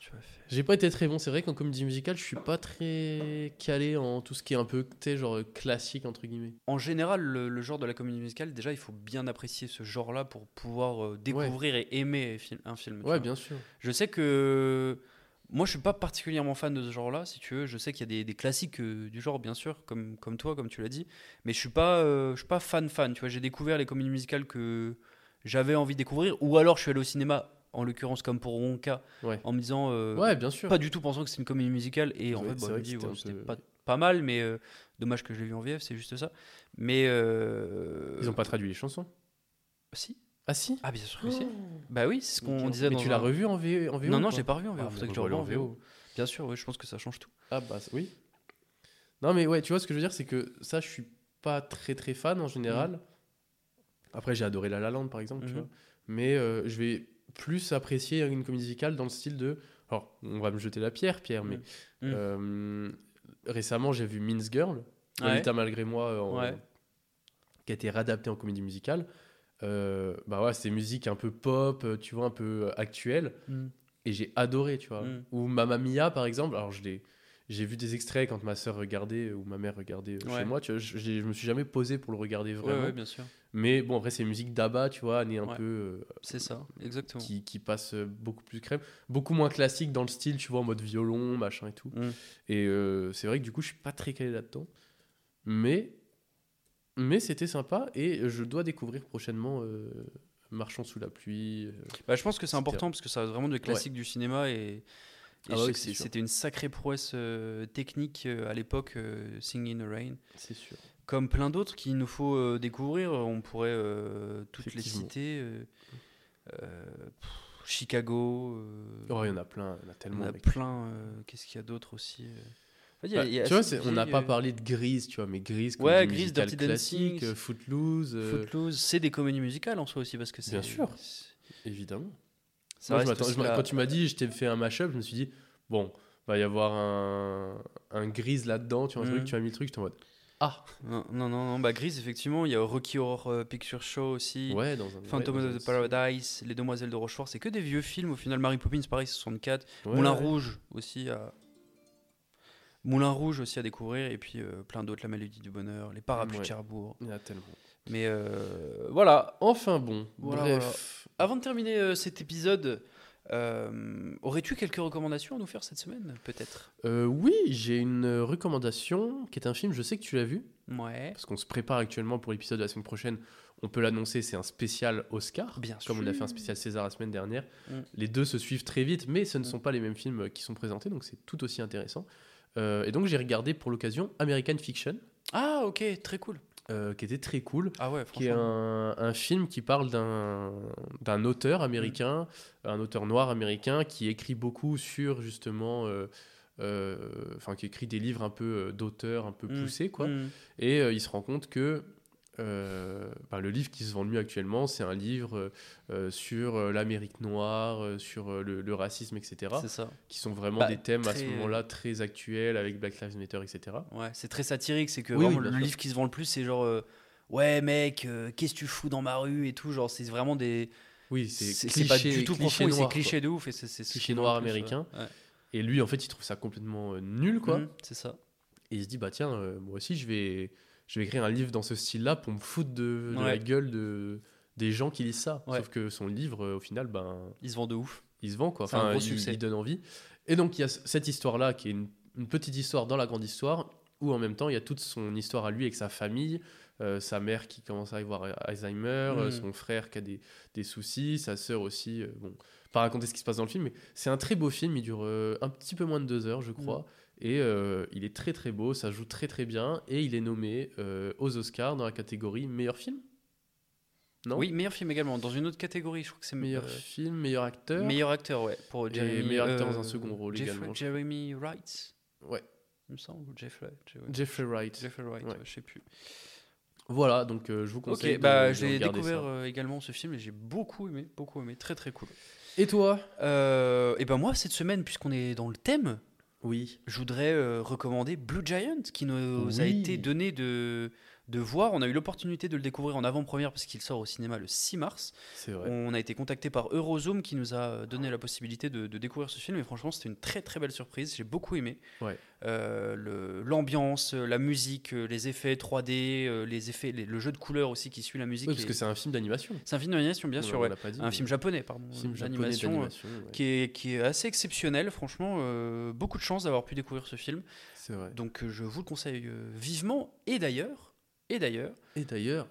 Speaker 7: Tu vas faire-
Speaker 6: J'ai pas été très bon, c'est vrai qu'en comédie musicale, je suis pas très calé en tout ce qui est un peu, tu sais, genre classique entre guillemets.
Speaker 7: En général, le, le genre de la comédie musicale, déjà, il faut bien apprécier ce genre-là pour pouvoir euh, découvrir et aimer fil- un film. tu
Speaker 6: Ouais,
Speaker 7: vois.
Speaker 6: bien sûr.
Speaker 7: Je sais que moi, je suis pas particulièrement fan de ce genre-là, si tu veux. Je sais qu'il y a des, des classiques euh, du genre, bien sûr, comme, comme toi, comme tu l'as dit. Mais je suis pas, euh, je suis pas fan fan. Tu vois, j'ai découvert les comédies musicales que j'avais envie de découvrir, ou alors je suis allé au cinéma, en l'occurrence comme pour Wonka,
Speaker 6: Ouais.
Speaker 7: en me disant euh,
Speaker 6: Ouais, bien sûr.
Speaker 7: pas du tout pensant que c'est une comédie musicale et en
Speaker 6: Ouais,
Speaker 7: fait
Speaker 6: c'est
Speaker 7: bah, je
Speaker 6: vrai
Speaker 7: me
Speaker 6: que
Speaker 7: dis,
Speaker 6: c'était
Speaker 7: ouais,
Speaker 6: un
Speaker 7: c'était
Speaker 6: peu-
Speaker 7: pas, pas mal mais euh, dommage que je l'ai vu en VF c'est juste ça mais euh,
Speaker 6: Ils ont pas traduit les chansons.
Speaker 7: si
Speaker 6: Ah si
Speaker 7: ah bien sûr que si bah oui c'est ce qu'on disait
Speaker 6: Mais
Speaker 7: dans
Speaker 6: tu
Speaker 7: un-
Speaker 6: l'as revu en, V- en VO
Speaker 7: non non
Speaker 6: quoi
Speaker 7: j'ai pas revu en
Speaker 6: Ah,
Speaker 7: VO
Speaker 6: mais
Speaker 7: faudrait que je le
Speaker 6: revois-le
Speaker 7: revoie en VO bien sûr ouais, je pense que ça change tout
Speaker 6: Ah bah c- oui. Non mais ouais, tu vois ce que je veux dire, c'est que ça, je suis pas très très fan en général. Après, j'ai adoré La La Land par exemple, tu
Speaker 7: Mhm.
Speaker 6: vois. Mais euh, je vais plus apprécier une comédie musicale dans le style de. Alors, on va me jeter la pierre, Pierre, mais
Speaker 7: Mhm.
Speaker 6: euh, récemment, j'ai vu Mean Girl, Lolita malgré moi, euh, en-
Speaker 7: Ouais.
Speaker 6: qui a été réadaptée en comédie musicale. Euh, bah ouais, c'est musique un peu pop, euh, tu vois, un peu euh, actuelle
Speaker 7: Mm.
Speaker 6: et j'ai adoré, tu vois.
Speaker 7: Mm.
Speaker 6: Ou Mamma Mia, par exemple, alors je l'ai. J'ai vu des extraits quand ma sœur regardait euh, ou ma mère regardait euh,
Speaker 7: Ouais.
Speaker 6: chez moi. Tu vois, je, j'ai- je me suis jamais posé pour le regarder
Speaker 7: ouais,
Speaker 6: vraiment.
Speaker 7: ouais, bien sûr
Speaker 6: Mais bon, après, c'est musique d'Abba, tu vois, année un
Speaker 7: Ouais.
Speaker 6: peu euh,
Speaker 7: c'est ça exactement
Speaker 6: qui, qui passe euh, beaucoup plus crème. Beaucoup moins classique dans le style, tu vois, en mode violon, machin et tout.
Speaker 7: Mm.
Speaker 6: Et euh, c'est vrai que du coup, je suis pas très calé là-dedans. Mais, mais c'était sympa et je dois découvrir prochainement euh, Marchons sous la pluie. euh,
Speaker 7: Bah, je pense que
Speaker 6: Etc.
Speaker 7: c'est important parce que ça reste vraiment des classiques du cinéma et, et
Speaker 6: Ah
Speaker 7: je
Speaker 6: bah
Speaker 7: sais
Speaker 6: oui,
Speaker 7: que
Speaker 6: c'est
Speaker 7: c'est-
Speaker 6: sûr.
Speaker 7: c'était une sacrée prouesse euh, technique euh, à l'époque euh, Singing in the Rain
Speaker 6: c'est sûr.
Speaker 7: comme plein d'autres qu'il nous faut euh, découvrir. On pourrait euh, toutes les
Speaker 6: Effectivement.
Speaker 7: citer. euh, euh, pff, Chicago. euh,
Speaker 6: Oh, il y en a plein, il y en a
Speaker 7: on
Speaker 6: tellement.
Speaker 7: a
Speaker 6: mec.
Speaker 7: plein. euh, Qu'est-ce qu'il y a d'autre aussi euh Enfin, il y a-
Speaker 6: Bah,
Speaker 7: il y a
Speaker 6: tu vois,
Speaker 7: assez de
Speaker 6: c'est- on n'a
Speaker 7: vieilles,
Speaker 6: pas
Speaker 7: euh,
Speaker 6: parlé de Grise, tu vois, mais Grise,
Speaker 7: Ouais,
Speaker 6: comédie
Speaker 7: Grease,
Speaker 6: musicale
Speaker 7: Dirty Dancing,
Speaker 6: classique,
Speaker 7: c'est-
Speaker 6: euh, Footloose, euh,
Speaker 7: Footloose, c'est des comédies musicales en soi aussi parce que c'est
Speaker 6: Bien sûr.
Speaker 7: c'est-
Speaker 6: évidemment.
Speaker 7: ça
Speaker 6: Moi, je
Speaker 7: reste
Speaker 6: m'attends- je
Speaker 7: aussi
Speaker 6: m'a-
Speaker 7: la-
Speaker 6: quand tu m'as dit, je t'ai fait un mashup, je me suis dit, bon, va y avoir un, un Grise là-dedans, tu vois, un
Speaker 7: Mhm.
Speaker 6: truc, tu as mis le truc, j'étais en mode, ah,
Speaker 7: Non, non, non, non, bah Grise, effectivement, il y a Rocky Horror euh, Picture Show aussi,
Speaker 6: ouais, dans un.
Speaker 7: Phantom
Speaker 6: ouais, dans
Speaker 7: of
Speaker 6: un-
Speaker 7: the Paradise, Les Demoiselles de Rochefort, c'est que des vieux films au final. Mary Poppins, pareil, 64.
Speaker 6: Ouais,
Speaker 7: Moulin
Speaker 6: ouais.
Speaker 7: Rouge aussi à. Moulin Rouge aussi à découvrir, et puis euh, plein d'autres, La Maladie du Bonheur, Les Parapluies de
Speaker 6: Ouais.
Speaker 7: Cherbourg.
Speaker 6: Il y en a tellement.
Speaker 7: Mais euh, voilà,
Speaker 6: Enfin bon,
Speaker 7: Voilà,
Speaker 6: bref.
Speaker 7: avant de terminer euh, cet épisode, euh, aurais-tu quelques recommandations à nous faire cette semaine, peut-être
Speaker 6: Euh, oui, j'ai une euh, recommandation qui est un film, je sais que tu l'as vu,
Speaker 7: Ouais.
Speaker 6: parce qu'on se prépare actuellement pour l'épisode de la semaine prochaine. On peut l'annoncer, c'est un spécial Oscar.
Speaker 7: Bien
Speaker 6: comme on a fait un
Speaker 7: sûr.
Speaker 6: spécial César la semaine dernière.
Speaker 7: Mm.
Speaker 6: Les deux se suivent très vite, mais ce ne
Speaker 7: Mm.
Speaker 6: sont pas les mêmes films qui sont présentés, donc c'est tout aussi intéressant. Euh, et donc j'ai regardé pour l'occasion American Fiction,
Speaker 7: Ah, ok, très cool.
Speaker 6: euh, qui était très cool,
Speaker 7: Ah ouais,
Speaker 6: qui est un,
Speaker 7: franchement.
Speaker 6: un film qui parle d'un d'un auteur américain, un auteur noir américain qui écrit beaucoup sur justement, euh, euh, enfin qui écrit des livres un peu euh, d'auteurs un peu
Speaker 7: Mm.
Speaker 6: poussés quoi.
Speaker 7: Mm.
Speaker 6: Et euh, il se rend compte que euh, ben, le livre qui se vend le mieux actuellement, c'est un livre euh, euh, sur euh, l'Amérique noire, euh, sur euh, le, le racisme, etc.
Speaker 7: C'est ça.
Speaker 6: Qui sont vraiment
Speaker 7: Bah,
Speaker 6: des thèmes à ce
Speaker 7: très-
Speaker 6: moment-là très actuels avec Black Lives Matter, etc.
Speaker 7: Ouais, c'est très satirique, c'est que
Speaker 6: Oui, oui,
Speaker 7: vraiment,
Speaker 6: bien
Speaker 7: le
Speaker 6: sûr.
Speaker 7: livre qui se vend le plus, c'est genre euh, ouais mec, euh, qu'est-ce que tu fous dans ma rue et tout, genre c'est vraiment des
Speaker 6: Oui,
Speaker 7: c'est
Speaker 6: c'est
Speaker 7: c'est pas
Speaker 6: cliché-
Speaker 7: du tout
Speaker 6: cliché
Speaker 7: profond, et c'est
Speaker 6: noir,
Speaker 7: cliché
Speaker 6: quoi.
Speaker 7: de ouf et c'est c'est ce
Speaker 6: Cliché
Speaker 7: qui vend
Speaker 6: noir
Speaker 7: le plus, euh,
Speaker 6: américain.
Speaker 7: ouais. Ouais.
Speaker 6: Et lui, en fait, il trouve ça complètement euh, nul, quoi.
Speaker 7: Mhm, c'est ça.
Speaker 6: Et il se dit, bah tiens, euh, moi aussi, je vais, je vais écrire un livre dans ce style-là pour me foutre de, de la
Speaker 7: Ouais.
Speaker 6: gueule de, des gens qui lisent ça.
Speaker 7: Ouais.
Speaker 6: Sauf que son livre, euh, au final, ben,
Speaker 7: Il se vend de ouf.
Speaker 6: il se vend quoi.
Speaker 7: C'est un
Speaker 6: Enfin,
Speaker 7: gros
Speaker 6: il,
Speaker 7: succès.
Speaker 6: il donne envie. Et donc il y a c- cette histoire là qui est une, une petite histoire dans la grande histoire où en même temps il y a toute son histoire à lui avec sa famille, euh, sa mère qui commence à avoir Alzheimer, euh,
Speaker 7: Mm.
Speaker 6: son frère qui a des, des soucis, sa sœur aussi. euh, bon, pas raconter ce qui se passe dans le film, mais c'est un très beau film. Il dure euh, un petit peu moins de deux heures, je crois.
Speaker 7: Mm.
Speaker 6: Et euh, il est très très beau, ça joue très très bien. Et il est nommé euh, aux Oscars dans la catégorie meilleur film. Non
Speaker 7: Oui, meilleur film également dans une autre catégorie, je crois que c'est
Speaker 6: Meilleur
Speaker 7: euh,
Speaker 6: film, meilleur acteur.
Speaker 7: meilleur acteur ouais pour
Speaker 6: Et
Speaker 7: Jeremy euh,
Speaker 6: meilleur acteur dans un second rôle
Speaker 7: Jeffrey-
Speaker 6: également, je
Speaker 7: Jeremy Wright.
Speaker 6: Ouais.
Speaker 7: Il me semble ou Jeffrey Jeffrey-
Speaker 6: Jeffrey Wright.
Speaker 7: Jeffrey Wright,
Speaker 6: Ouais.
Speaker 7: ouais, je sais plus.
Speaker 6: Voilà, donc euh, je vous
Speaker 7: Ok,
Speaker 6: conseille. de-
Speaker 7: bah
Speaker 6: de
Speaker 7: je l'ai
Speaker 6: regarder
Speaker 7: découvert
Speaker 6: ça.
Speaker 7: euh, également ce film et j'ai beaucoup aimé, beaucoup aimé, très très cool.
Speaker 6: Et toi
Speaker 7: Euh, et ben moi cette semaine, puisqu'on est dans le thème,
Speaker 6: Oui.
Speaker 7: je voudrais euh, recommander Blue Giant qui nous a
Speaker 6: Oui.
Speaker 7: été donné de, de voir. On a eu l'opportunité de le découvrir en avant-première parce qu'il sort au cinéma le 6 mars.
Speaker 6: C'est vrai.
Speaker 7: On a été contacté par Eurozone qui nous a euh, donné la possibilité de, de découvrir ce film et franchement c'était une très très belle surprise, j'ai beaucoup aimé.
Speaker 6: Ouais.
Speaker 7: Euh, le- L'ambiance, euh, la musique, euh, les effets 3D, euh, les effets, les- le jeu de couleurs aussi qui suit la musique.
Speaker 6: Oui, parce
Speaker 7: et-
Speaker 6: que c'est un film d'animation.
Speaker 7: c'est un film d'animation bien
Speaker 6: On-
Speaker 7: sûr,
Speaker 6: on
Speaker 7: ouais.
Speaker 6: l'a pas dit,
Speaker 7: un
Speaker 6: mais-
Speaker 7: film japonais pardon,
Speaker 6: film japonais
Speaker 7: d'animation, euh,
Speaker 6: d'animation. ouais.
Speaker 7: qui est, qui est assez exceptionnel, franchement, euh, beaucoup de chance d'avoir pu découvrir ce film.
Speaker 6: C'est vrai.
Speaker 7: Donc euh, je vous le conseille euh, vivement. Et d'ailleurs, et d'ailleurs,
Speaker 6: Et d'ailleurs,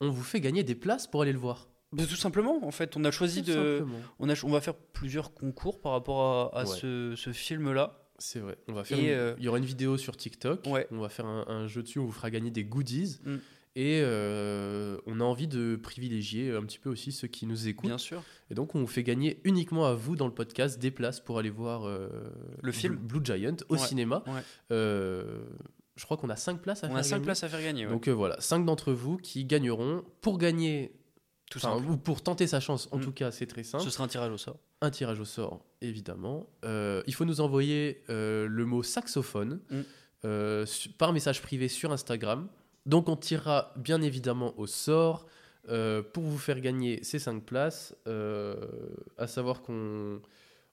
Speaker 6: on vous fait gagner des places pour aller le voir.
Speaker 7: bah, tout simplement, en fait, on a choisi
Speaker 6: Tout
Speaker 7: de,
Speaker 6: simplement.
Speaker 7: on a, ch- on va faire plusieurs concours par rapport à, à
Speaker 6: Ouais.
Speaker 7: ce, ce film-là.
Speaker 6: C'est vrai. On va faire. une-
Speaker 7: Et, euh,
Speaker 6: Il y aura une vidéo sur TikTok.
Speaker 7: Ouais.
Speaker 6: On va faire un, un jeu dessus. On vous fera gagner des goodies.
Speaker 7: Mm.
Speaker 6: Et euh, on a envie de privilégier un petit peu aussi ceux qui nous écoutent.
Speaker 7: Bien sûr.
Speaker 6: Et donc, on vous fait gagner uniquement à vous dans le podcast des places pour aller voir euh,
Speaker 7: Le film.
Speaker 6: Blue Giant au
Speaker 7: Ouais,
Speaker 6: cinéma.
Speaker 7: ouais.
Speaker 6: Euh, je crois qu'on a 5 places à
Speaker 7: On
Speaker 6: faire
Speaker 7: a cinq
Speaker 6: gagner.
Speaker 7: places à faire gagner. ouais.
Speaker 6: Donc euh, voilà, 5 d'entre vous qui gagneront pour gagner,
Speaker 7: tout
Speaker 6: enfin,
Speaker 7: simple.
Speaker 6: ou pour tenter sa chance, en
Speaker 7: Mm.
Speaker 6: tout cas, c'est très simple.
Speaker 7: Ce sera un tirage au sort.
Speaker 6: Un tirage au sort, évidemment. Euh, il faut nous envoyer euh, le mot saxophone
Speaker 7: Mm.
Speaker 6: euh, su- par message privé sur Instagram. Donc on tirera bien évidemment au sort euh, pour vous faire gagner ces 5 places. euh, à savoir qu'on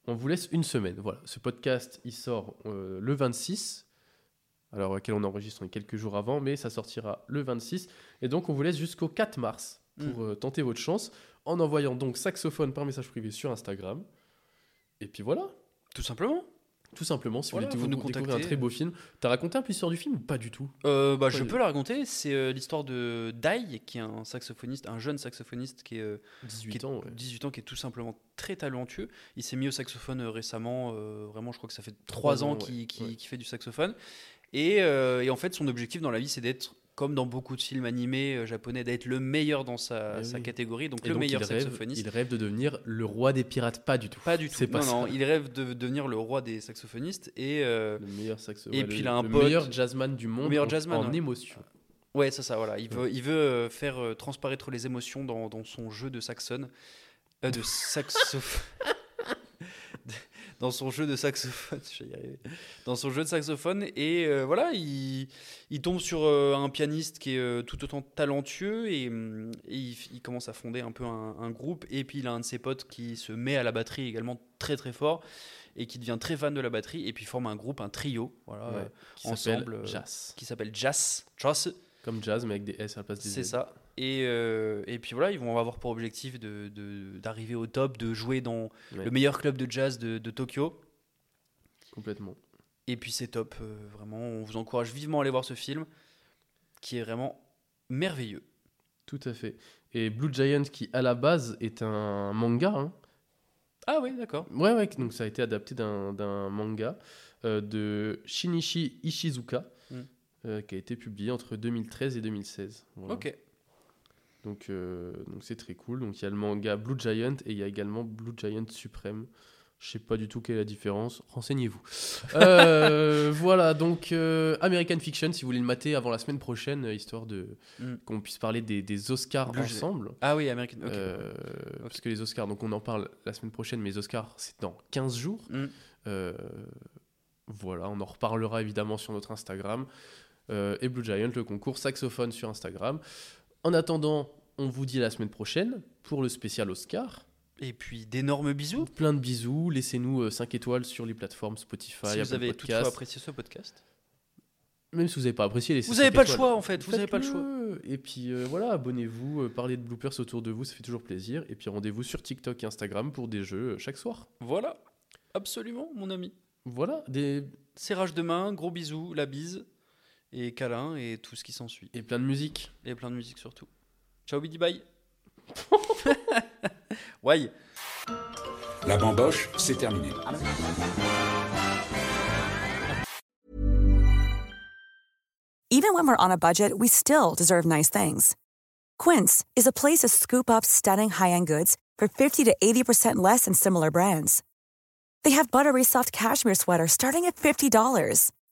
Speaker 6: on vous laisse une semaine. Voilà, ce podcast il sort euh, le 26. Alors auquel on enregistre on est quelques jours avant, mais ça sortira le 26. Et donc on vous laisse jusqu'au 4 mars pour
Speaker 7: Mm.
Speaker 6: euh, tenter votre chance en envoyant donc saxophone par message privé sur Instagram. Et puis voilà,
Speaker 7: Tout simplement.
Speaker 6: tout simplement, si
Speaker 7: Voilà,
Speaker 6: vous
Speaker 7: vous
Speaker 6: voulez
Speaker 7: nous
Speaker 6: découvrir un
Speaker 7: contactez.
Speaker 6: très beau film. T'as raconté un peu l'histoire du film ou pas du tout
Speaker 7: Euh, bah, je
Speaker 6: Ouais.
Speaker 7: peux la raconter. C'est euh, l'histoire de Dai, qui est un saxophoniste, un jeune saxophoniste qui est euh, qui
Speaker 6: 18
Speaker 7: est-
Speaker 6: ans, ouais.
Speaker 7: 18 ans, qui est tout simplement très talentueux. Il s'est mis au saxophone euh, récemment, euh, vraiment, je crois que ça fait 3 ans
Speaker 6: ans, ouais,
Speaker 7: qu'il qu'il-
Speaker 6: ouais.
Speaker 7: qu'il fait du saxophone. Et, euh, et en fait, son objectif dans la vie, c'est d'être, comme dans beaucoup de films animés euh, japonais, d'être le meilleur dans sa,
Speaker 6: Eh
Speaker 7: sa
Speaker 6: oui.
Speaker 7: catégorie, donc
Speaker 6: Et
Speaker 7: le
Speaker 6: donc,
Speaker 7: meilleur
Speaker 6: il rêve,
Speaker 7: saxophoniste.
Speaker 6: il rêve de devenir le roi des pirates, pas du tout.
Speaker 7: Pas du tout.
Speaker 6: C'est pas
Speaker 7: non,
Speaker 6: ça.
Speaker 7: non, il rêve de devenir le roi des saxophonistes et euh,
Speaker 6: Le meilleur saxo.
Speaker 7: Et
Speaker 6: ouais,
Speaker 7: puis
Speaker 6: le-
Speaker 7: il a un
Speaker 6: le
Speaker 7: pote-
Speaker 6: meilleur jazzman du monde.
Speaker 7: meilleur
Speaker 6: en-
Speaker 7: jazzman,
Speaker 6: en
Speaker 7: ouais.
Speaker 6: émotion.
Speaker 7: ouais, c'est ça. Voilà, il veut, il veut euh, faire euh, transparaître les émotions dans, dans son jeu de saxone, euh, de saxophone, dans son jeu de saxophone. Je vais y arriver. Dans son jeu de saxophone et euh, voilà, il, il tombe sur euh, un pianiste qui est euh, tout autant talentueux et, hum, et il, il commence à fonder un peu un, un groupe. Et puis il a un de ses potes qui se met à la batterie également très très fort et qui devient très fan de la batterie et puis forme un groupe, un trio. Voilà.
Speaker 6: Ouais,
Speaker 7: euh,
Speaker 6: qui s'appelle
Speaker 7: ensemble, euh,
Speaker 6: Jazz.
Speaker 7: qui s'appelle Jazz. Jazz,
Speaker 6: Comme jazz, mais avec des S à la place des
Speaker 7: c'est
Speaker 6: Z.
Speaker 7: ça. Et, euh, et puis voilà, ils vont avoir pour objectif d'arriver de, d'arriver au top, de jouer dans
Speaker 6: Ouais,
Speaker 7: le meilleur club de jazz de, de Tokyo.
Speaker 6: Complètement.
Speaker 7: Et puis c'est top, euh, vraiment. On vous encourage vivement à aller voir ce film, qui est vraiment merveilleux.
Speaker 6: Tout à fait. Et Blue Giant, qui à la base est un manga, hein,
Speaker 7: Ah oui, d'accord.
Speaker 6: Ouais, ouais, donc ça a été adapté d'un d'un manga euh, de Shinichi Ishizuka,
Speaker 7: Mm.
Speaker 6: euh, qui a été publié entre 2013 et 2016. Voilà.
Speaker 7: Ok.
Speaker 6: Donc euh, donc c'est très cool. Donc il y a le manga Blue Giant et il y a également Blue Giant Supreme. Je sais pas du tout quelle est la différence. Renseignez-vous. Euh, voilà, donc euh, American Fiction, si vous voulez le mater avant la semaine prochaine, euh, histoire de
Speaker 7: Mm.
Speaker 6: qu'on puisse parler des, des Oscars
Speaker 7: Blue Gi-
Speaker 6: ensemble.
Speaker 7: Ah oui, American. ok.
Speaker 6: Euh, Parce que les Oscars, donc on en parle la semaine prochaine, mais les Oscars, c'est dans 15 jours.
Speaker 7: Mm.
Speaker 6: Euh, voilà, on en reparlera évidemment sur notre Instagram. Euh, et Blue Giant, le concours saxophone sur Instagram. En attendant, on vous dit à la semaine prochaine pour le spécial Oscar.
Speaker 7: Et puis d'énormes bisous.
Speaker 6: Plein de bisous. Laissez-nous 5 étoiles sur les plateformes Spotify,
Speaker 7: si
Speaker 6: Apple
Speaker 7: vous avez
Speaker 6: Podcast.
Speaker 7: toutefois apprécié ce podcast.
Speaker 6: Même si vous n'avez pas apprécié, laissez
Speaker 7: Vous
Speaker 6: cinq
Speaker 7: n'avez pas le
Speaker 6: étoiles.
Speaker 7: choix en fait, vous n'avez pas le choix.
Speaker 6: Faites-le. Et puis euh, voilà, abonnez-vous, euh, parlez de bloopers autour de vous, ça fait toujours plaisir. Et puis rendez-vous sur TikTok et Instagram pour des jeux euh, chaque soir.
Speaker 7: Voilà, absolument, mon ami.
Speaker 6: Voilà, des...
Speaker 7: Serrage de main, gros bisous, la bise, et câlin, et tout ce qui s'ensuit.
Speaker 6: et plein de musique.
Speaker 7: Et plein de musique surtout. Ciao, Bidi Bye. ouais.
Speaker 9: La bamboche, c'est terminé.
Speaker 10: even when we're on a budget, we still deserve nice things. Quince is a place to scoop up stunning high-end goods for 50 to 80% less than similar brands. They have buttery soft cashmere sweaters starting at $50,